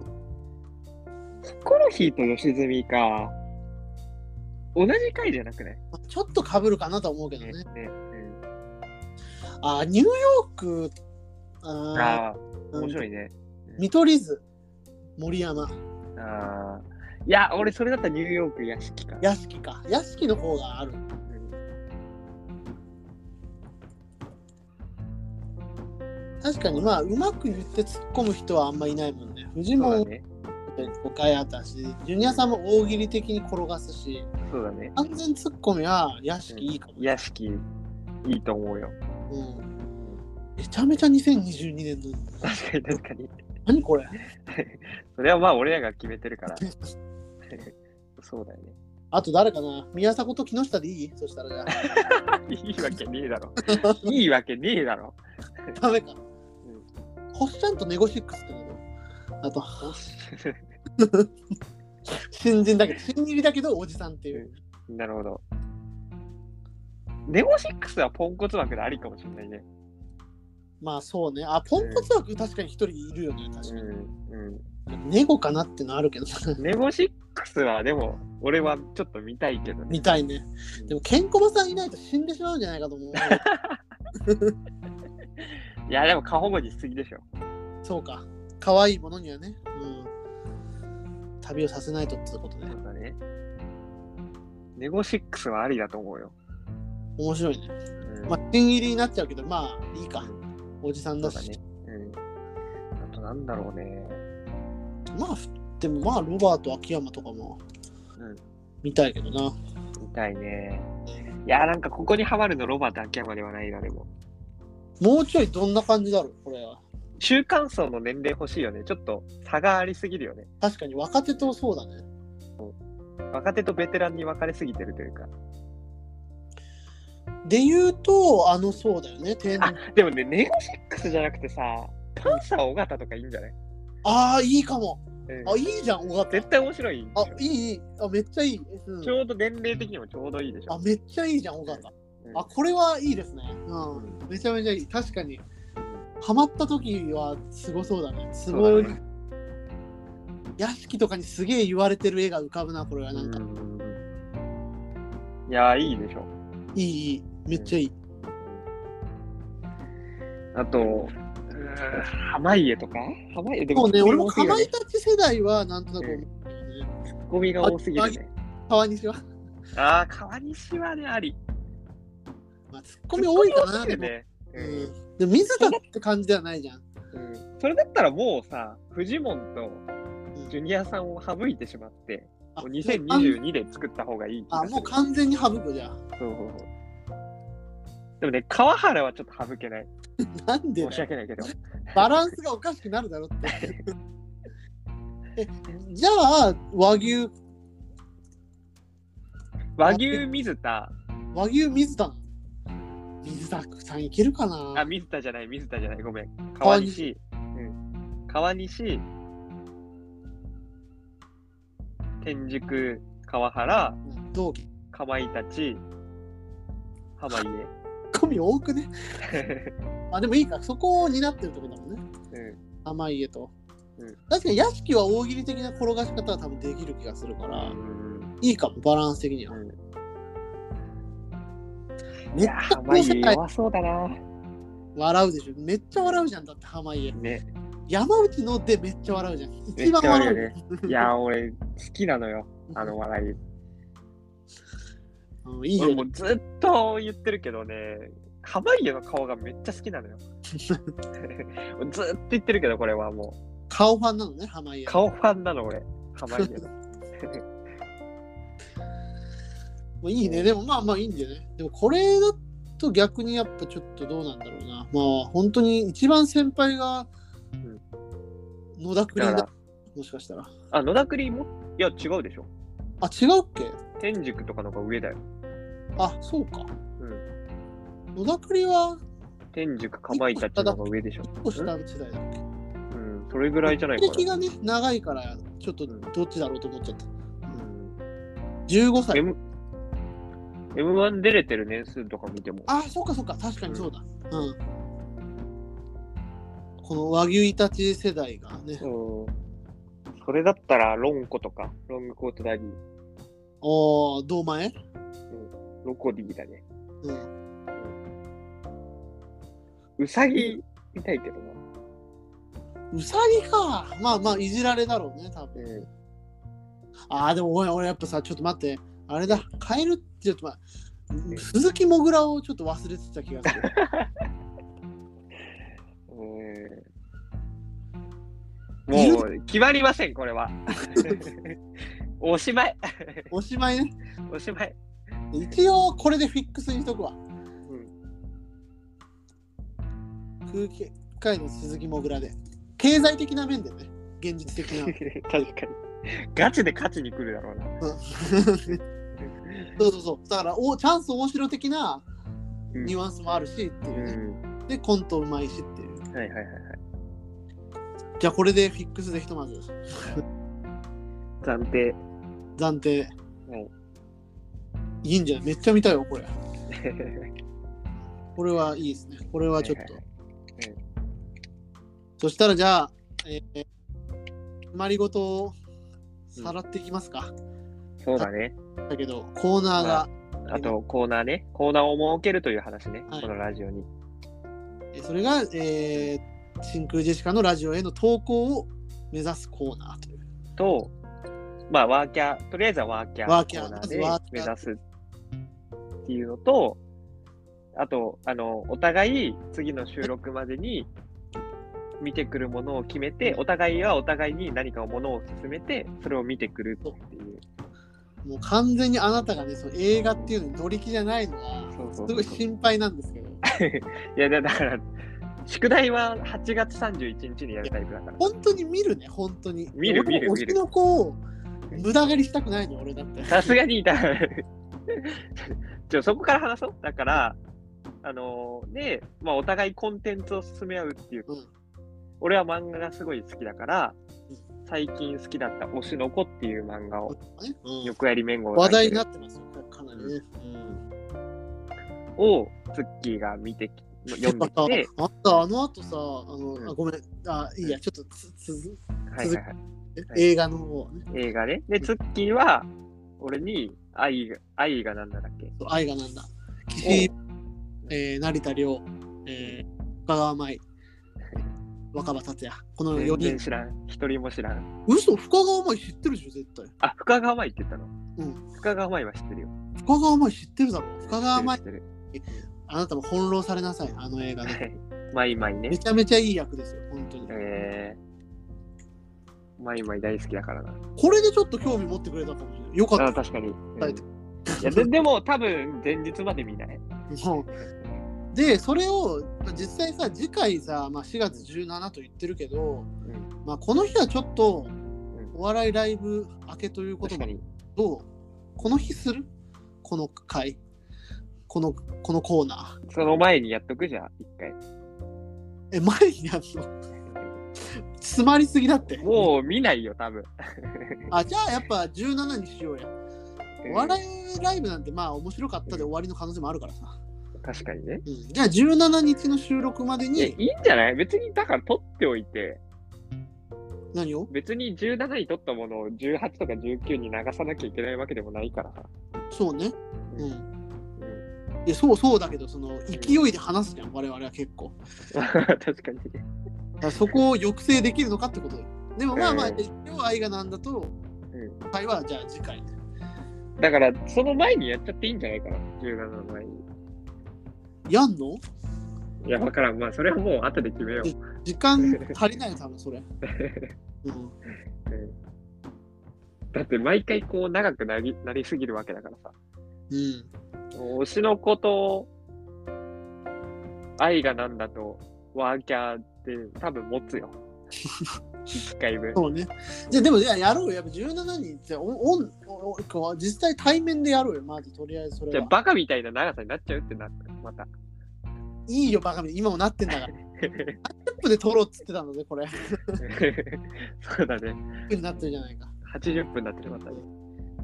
S2: コロヒーと吉住か。同じ回じゃなくない、
S1: ちょっとかぶるかなとは思うけど
S2: ね
S1: ね。
S2: うん
S1: あ、ニューヨーク、あ
S2: ああ、
S1: ー
S2: 面白いね。
S1: 見取り図、森山、
S2: ああ。いや、俺それだったらニューヨーク屋敷か。
S1: 屋敷か。屋敷の方がある。
S2: うん
S1: 確かにまあうまく言って突っ込む人はあんまいないもんね。藤
S2: そうだ
S1: 本
S2: ね。
S1: 5回あったし、ジュニアさんも大喜利的に転がすし、
S2: そうだね。
S1: 完全突っ込みは屋敷いいかも、
S2: 屋敷、いいと思うよ。
S1: うん。めちゃめちゃ2022年の、
S2: 確かに確かに。
S1: 何これ
S2: それはまあ俺らが決めてるから。 そうだよね。
S1: あと誰かな宮迫と木下でいいそしたらじゃあ。
S2: いいわけねえだろ。いいわけねえだろ。
S1: ダメか。
S2: うん
S1: ホッシャンとネゴシックスってことあと、新人だけど、新入りだけどおじさんっていう。
S2: なるほど。ネゴシックスはポンコツ枠でありかもしれないね。
S1: まあそうね。あ、ポンコツ枠確かに一人いるよね、確かに。
S2: うん。
S1: ネゴかなってのあるけど、
S2: うん。ネゴシックスはでも、俺はちょっと見たいけどね。
S1: 見たいね。でも、ケンコバさんいないと死んでしまうんじゃないかと思う。
S2: いや、でも過保護にしすぎでしょ。
S1: そうか。可愛いものにはね。うん。旅をさせないとってことね
S2: そ。うだね。ネゴシックスはありだと思うよ。
S1: 面白いね。
S2: うん
S1: まあ、新入りになっちゃうけど、まあいいか。おじさん
S2: そ
S1: だ
S2: うだ
S1: し。
S2: ね。うん。あとなんだろうね。
S1: まあ、ふでもまあ、ロバート、秋山とかも
S2: うん。
S1: 見たいけどな。
S2: 見たいね。いや、なんかここにハマるのロバート秋山ではないな、でも。
S1: もうちょいどんな感じだろう、これは。
S2: 中間層の年齢欲しいよね。ちょっと差がありすぎるよね。
S1: 確かに若手とそうだね。
S2: 若手とベテランに分かれすぎてるというか。
S1: で言うと、あの、そうだよね。定
S2: あ
S1: 年、
S2: でもね、ネゴシックスじゃなくてさ、パンサー尾形とかいいんじゃない、
S1: ああ、いいかも。
S2: うん
S1: あ、いいじゃん、小形。
S2: 絶対面白いんで
S1: あ
S2: すよ、
S1: いい、いい。あ、めっちゃいい。うん
S2: ちょうど年齢的にもちょうどいいでし
S1: あ、
S2: ょ。
S1: めっちゃいいじゃん、小形。
S2: うん
S1: あ、これはいいですね。うん。めちゃめちゃいい。確かに。ハマった時はすごそうだね。すご
S2: そう
S1: い。
S2: だね
S1: 屋敷とかにすげえ言われてる絵が浮かぶな、これは。なんか、
S2: いやー、いいでしょ。
S1: いい、いい。めっちゃいい。
S2: あと、うーん濱家とか濱家で
S1: そうね、
S2: ツッコ
S1: 俺
S2: ミ
S1: も
S2: 多す
S1: か
S2: ぎる
S1: ま
S2: ね
S1: いたち世代はなんとなく思うけどね。
S2: ツッコミが多すぎるね。
S1: 川西は。
S2: ああ、川西はね、あり。
S1: まあ、ツッコミ多いか
S2: ツッ
S1: な、
S2: コミ多
S1: で
S2: すぎる
S1: も。
S2: ね。
S1: う
S2: うん
S1: ん。でも、水田って感じではないじゃん。
S2: うんそれだったらもうさ、フジモンとジュニアさんを省いてしまって、
S1: あ
S2: もう2022で作った方がいい気が
S1: あ、
S2: する。
S1: もう完全に省くじゃん。
S2: そうそうそうでもね、川原はちょっと省けない。
S1: なんで
S2: 申
S1: だ
S2: し
S1: よ
S2: 訳ないけど。
S1: バランスがおかしくなるだろって。 えじゃあ、和牛、
S2: 和牛水田、
S1: 和牛水田。水田さんいけるか
S2: あ、
S1: な
S2: 水田じゃない、水田じゃない、ごめん。川西。うん、川西、天竺、川原、
S1: 同期。
S2: かまいたち、濱
S1: ツッコミ多くね。
S2: 家。
S1: あ、でもいいか。そこを担ってるところだもんね。
S2: うん
S1: 甘い家と。
S2: うん
S1: 確かに屋敷は大喜利的な転がし方は多分できる気がするから、いいかも、バランス的には。
S2: うん
S1: めっち
S2: や
S1: ゃ
S2: ー、
S1: この世界
S2: 弱そうだな。
S1: 笑うでしょ。めっちゃ笑うじゃん、だって濱家。
S2: ね、
S1: 山内のでめっちゃ笑うじゃん。
S2: めっ
S1: 一番
S2: ちゃ悪
S1: 笑
S2: いうよ
S1: じゃん
S2: ね。いやー、俺、好きなのよ、あの笑い。
S1: うん、いい
S2: 俺
S1: よ
S2: も
S1: ね。
S2: うずっと言ってるけどね、濱家の顔がめっちゃ好きなのよ。ずっと言ってるけど、これはも
S1: 顔ファンなのね、濱
S2: う、
S1: 家。
S2: 顔ファンなの、俺、濱家の。
S1: もういいね。でもまあまあいいんだよね。でもこれだと逆にやっぱちょっとどうなんだろうな。まあ本当に一番先輩が
S2: ん
S1: 野田クリ
S2: だか
S1: だ
S2: ら。、
S1: もしかしたら。
S2: あ、野田栗もいや、違うでしょ。
S1: あ、違うっけ
S2: 天竺とかの方が上だよ。
S1: あ、そうか。
S2: うん。
S1: 野田クリは
S2: 天竺、かまいたちの方が上でしょ。
S1: 1個下の世代だっけ
S2: うん、それぐらいじゃないか
S1: 歴
S2: な。
S1: がね、長いから、ちょっとどっちだろうと思っちゃった。
S2: うん
S1: 15歳。
S2: M M1 出れてる年数とか見ても、
S1: あ、そうかそうか、確かにそうだ。うん。この和牛イタチ世代がね。
S2: うん、それだったらロンコとか、ロングコートダディ、
S1: おー、どう前
S2: ロコディだね。
S1: うん。
S2: ウサギ見たいけどな。
S1: うさぎか。まあまあ、いじられだろうね、多分。
S2: うん、
S1: あー、でも俺、俺やっぱさ、ちょっと待って。あれだ、カエルってちょっと、まあ、鈴木もぐらをちょっと忘れてた気がする。
S2: うもう決まりません、これは。 おしまい、
S1: おしまいね。
S2: おしまい。
S1: 一応これでフィックスにしとくわ。
S2: うん、
S1: 空気界の鈴木もぐらで。経済的な面でね、現実 的な。
S2: 確かに。ガチで勝ちに来るだろうな。
S1: そうそうそう。だからおチャンス大城的な
S2: うん
S1: ニュアンスもあるしっていう
S2: う
S1: ね。
S2: ん。
S1: で、コントうまいしっていう。
S2: はいはいはいはい。
S1: じゃあこれでフィックスでひとまず
S2: 暫定。
S1: 暫定。
S2: はい
S1: いいんじゃないめっちゃ見たいよ、これ。これはいいですね。これはちょっと。
S2: はいうん
S1: そしたらじゃあ、えー、決まりごとをさらっていきますか。
S2: そうだね。
S1: だけど、コーナーが、
S2: あとコーナーね。コーナーを設けるという話ね。
S1: はい
S2: このラジオに。
S1: えーそれが、えー真空ジェシカのラジオへの投稿を目指すコーナーという。
S2: と、まあ、ワーキャー、とりあえずはワーキャー
S1: ワーキャー
S2: コーナ
S1: まずワー
S2: ー
S1: キ
S2: で
S1: ャー
S2: 目指すっていうのと、あと、あの、お互い次の収録までに見てくるものを決めて、お互いはお互いに何かものを勧めて、それを見てくるっていう。
S1: もう完全にあなたがね、その映画っていうのに乗り気じゃないのは、
S2: そう
S1: す
S2: そうそ
S1: ご
S2: う
S1: い心配なんですけど、
S2: いや、だだから、宿題は8月31日にやるタイプだから。
S1: 本当に見るね、本当に。
S2: 見る見
S1: 俺
S2: る
S1: も
S2: 見る
S1: 推しの子を無駄狩りしたくないの、俺だって。
S2: さすがにいた。じゃあそこから話そう。だから、あのーで、まあ、お互いコンテンツを進め合うっていう。
S1: うん
S2: 俺は漫画がすごい好きだから
S1: う、
S2: 最近好きだった推しの子っていう漫画を、
S1: うん
S2: よくやりめんご
S1: 話題になってますよ、かなりね。
S2: を、ツッキーが見てき、読ん できて、
S1: あんた、あの後さ、あの、
S2: うん
S1: あごめん、あ、いいや、ちょっとつ続
S2: はいはいはい、
S1: え映画の方はね、
S2: 映画ね。で、ツッキーは、俺に愛が、愛がなんだっけ
S1: そう愛がなんだ。岸、えー成田凌、えー、深川舞、若葉達也、この4
S2: 全然
S1: 人。
S2: 知らん。一人も知らん。
S1: 嘘、深川舞知ってるでしょ、絶対。
S2: あ、深川舞って言ったの。
S1: うん
S2: 深川舞は知ってるよ。
S1: 深川舞知ってるだろ。深川舞
S2: 知っ、てる。
S1: あなたも翻弄されなさい、あの映画ね。
S2: マイマイね
S1: め。ちゃめちゃいい役ですよ、本当に。
S2: えー、マイマイ大好きだからな。
S1: これでちょっと興味持ってくれたかもしれない。よか
S2: あ
S1: った。
S2: 確かに。うん
S1: はい
S2: いやででも多分前日まで見ない。
S1: うんでそれをまあ実際さ次回さ、まあ、4月17と言ってるけど、
S2: ん
S1: まあ、この日はちょっとお笑いライブ明けということ
S2: 確か
S1: で
S2: に。
S1: どうこの日するこの回このこのコーナ
S2: その前にやっとくじゃん、一回。
S1: ーえ前にやるの詰まりすぎだって
S2: もう見ないよ、多分。
S1: あじゃあやっぱ17にしようやお笑いライブなんてまあ面白かったで終わりの可能性もあるからさ、
S2: うん確かにね。
S1: うん、じゃあ17日の収録まで
S2: いや、い
S1: に
S2: いんじゃない別に、だから取っておいて、
S1: 何を
S2: 別に17に取ったものを18とか19に流さなきゃいけないわけでもないからさ。
S1: そうね
S2: うん
S1: うんいやそうそうだけどその勢いで話すじゃん我々は結構
S2: 確かに。
S1: だからそこを抑制できるのかってことよでもまあまあ
S2: うん
S1: 一応愛がなんだと
S2: う
S1: 会はじゃあ次回
S2: だから、その前にやっちゃっていいんじゃないかな、17の前に。
S1: やんの
S2: いや、わからん。まあ、それはもう後で決めよう。
S1: 時間足りないよ多分そ れ、うん、
S2: だって毎回こう長くなりなりすぎるわけだからさ。
S1: うん、
S2: 推しの子と愛がなんだとワーキャーって多分持つよ。1回 分。
S1: そうねじゃあでもじゃあやろうよやっぱ17人ってオンオンオンこう実際対面でやろうよまずとりあえずそ
S2: じ
S1: れ
S2: ゃあ
S1: は
S2: バカみたいな長さになっちゃうってなったまた。
S1: いいよバカみ今もなってんだからステップで撮ろうっつってたのでこれ
S2: そうだね。
S1: になってるじゃないか、
S2: 80分になってるまたね。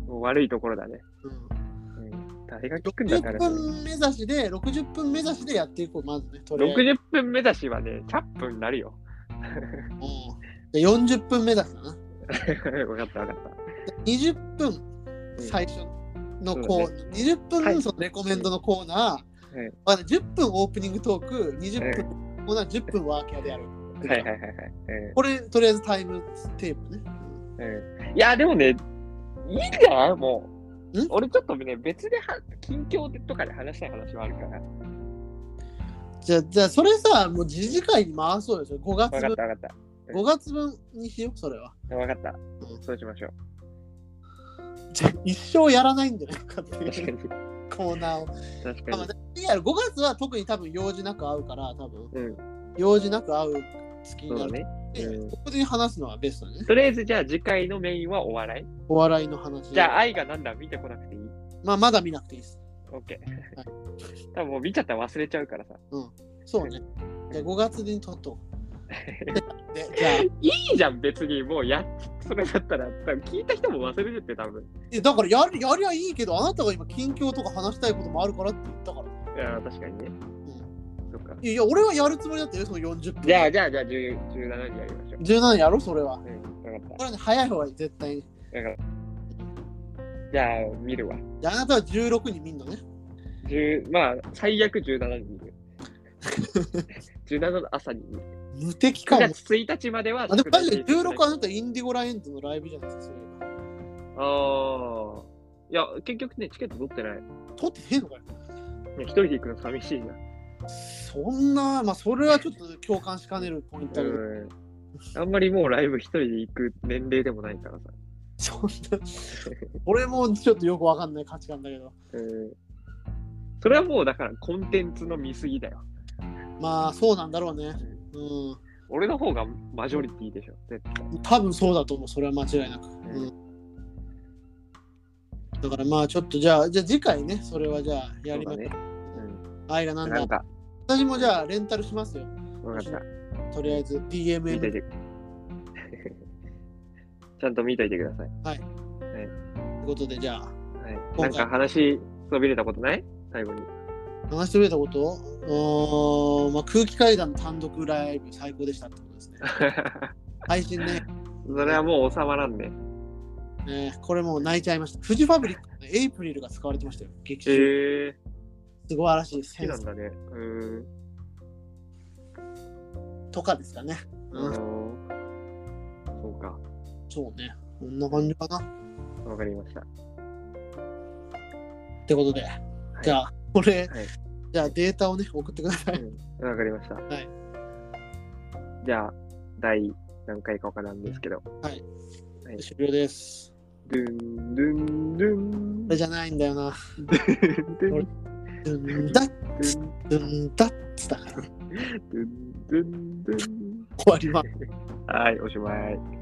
S2: もう悪いところだね。
S1: うん、
S2: うん、誰が聞くんだか
S1: 60。
S2: ら
S1: 分目指しで60分目指しでやっていこうまずねとりあえず
S2: 60分目指しはね、100分になるよ。
S1: うん、で40分目だからな
S2: 分かった分かっ
S1: 20分
S2: うん
S1: 最初のコーナー、20分
S2: はい
S1: そのレコメンドのコーナー、
S2: うん
S1: まあ10分オープニングトーク20分コーナー10分ワーキャーでやる、
S2: た。はいはいはいはい。うん
S1: これとりあえずタイムテープね
S2: うんいや、でもね、いいんじゃないもう。
S1: ん
S2: 俺ちょっとね、別では、近況とかで話したい話はあるから。わ
S1: じゃあじゃあそれさもう時事会に回そうよそれ5月
S2: かったわかった。
S1: 5月分にしよう、それは。
S2: 分かった
S1: う。
S2: そうしましょう。
S1: じゃあ一生やらないんじゃないかって
S2: 確
S1: い
S2: か
S1: う
S2: に。
S1: コーナーを。
S2: 確
S1: あま
S2: か
S1: あいや、5月は特に多分用事なく会うから、多分
S2: に。うん。
S1: 用事なく会う月
S2: そ
S1: にな
S2: うだ
S1: る
S2: ね。
S1: で、
S2: うん
S1: ここで話すのはベストだね。
S2: とりあえず、じゃあ次回のメインはお笑い。
S1: お笑いの話。
S2: じゃあ、愛がなんだ見てこなくていい。
S1: まあ、まだ見なくていいです。
S2: オッケー。多分もう見ちゃったら忘れちゃうからさ。
S1: そうね。じゃあ5月に撮っとこ う。でじゃあ
S2: いいじゃん、別に。もうやっ、それだったら、多分聞いた人も忘れるって、多分。
S1: えだからやるやりゃいいけど、あなたが今近況とか話したいこともあるからって言ったから。
S2: いや、確かにね。そっか。
S1: いやいや、俺はやるつもりだったよ、その40分。
S2: じゃあ、じゃあ、じゃあ、10 17にやりましょう。
S1: 17やろ、それは。
S2: うん、わかっ
S1: これね、早い方がいい、絶対に。
S2: た。わかった。じゃあ、見るわ。
S1: で、あなたは16に見んのね。
S2: 10まあ、最悪17に見 る。17の朝に見る。
S1: 無敵か
S2: 9
S1: も。
S2: 月1日までは
S1: あでも、
S2: 宿題
S1: 確かに
S2: 提出だけ
S1: 16あなたインディゴラエンドのライブじゃないですか、そういえ
S2: ああ。いや、結局ね、チケット取ってない。ね
S1: ば。撮ってねえのかよ。
S2: 一人で行くの寂しいな。
S1: そんな、まあ、それはちょっと共感しかねるポイントだけど、
S2: うん。あんまりもうライブ一人で行く年齢でもないからさ。
S1: そんな、 俺もちょっとよくわかんない価値観だけど、
S2: うん。それはもうだからコンテンツの見過ぎだよ。
S1: まあ、そうなんだろうね。うん。
S2: 俺の方がマジョリティでしょ、絶対。
S1: 多分そうだと思う、それは間違いなく。うん、だからまあちょっとじゃあ、じゃあ次回ね、それはじゃあや
S2: そう
S1: りま
S2: だ
S1: しょう
S2: ね。。
S1: 愛がな
S2: うんん。
S1: だ
S2: なん。か、
S1: 私もじゃあレンタルしますよ。
S2: わかった。
S1: とりあえず
S2: 見とい
S1: DMM。
S2: て。ちゃんと見といてください。
S1: ということで、じゃあ
S2: はい。な
S1: 今回
S2: んか話、伸びれたことない最後に。
S1: 話してくれたことうーん、まあ、空気階段の単独ライブ最高でしたってこと ですね。配信ね、
S2: それはもう収まらんね。
S1: えーこれもう泣いちゃいました。フジファブリックのエイプリルが使われてましたよ。劇
S2: へえ
S1: 中。
S2: ー。
S1: すごいらしい
S2: 好き
S1: セン
S2: なん
S1: ス
S2: だね。う
S1: とかですかね。
S2: ーん。
S1: うん
S2: そうか。
S1: そうね。こんな感じかな。
S2: わかりました。は
S1: ってことで、
S2: い
S1: じゃあ、これ、
S2: はい
S1: じゃあデータをね、送ってください。
S2: わかりました。
S1: はい。
S2: じゃあ、第何回かわからんですけど。
S1: はい。
S2: はい。
S1: 終了です。
S2: ドゥン、ドゥン、ドゥン。
S1: これじゃないんだよな。
S2: ドゥン、ドゥン、
S1: ドゥンダッ、
S2: ドゥン、
S1: ドゥンダッツだから。
S2: ドゥン、ドゥン、ドゥン。
S1: 終わります。
S2: はい、おしまい。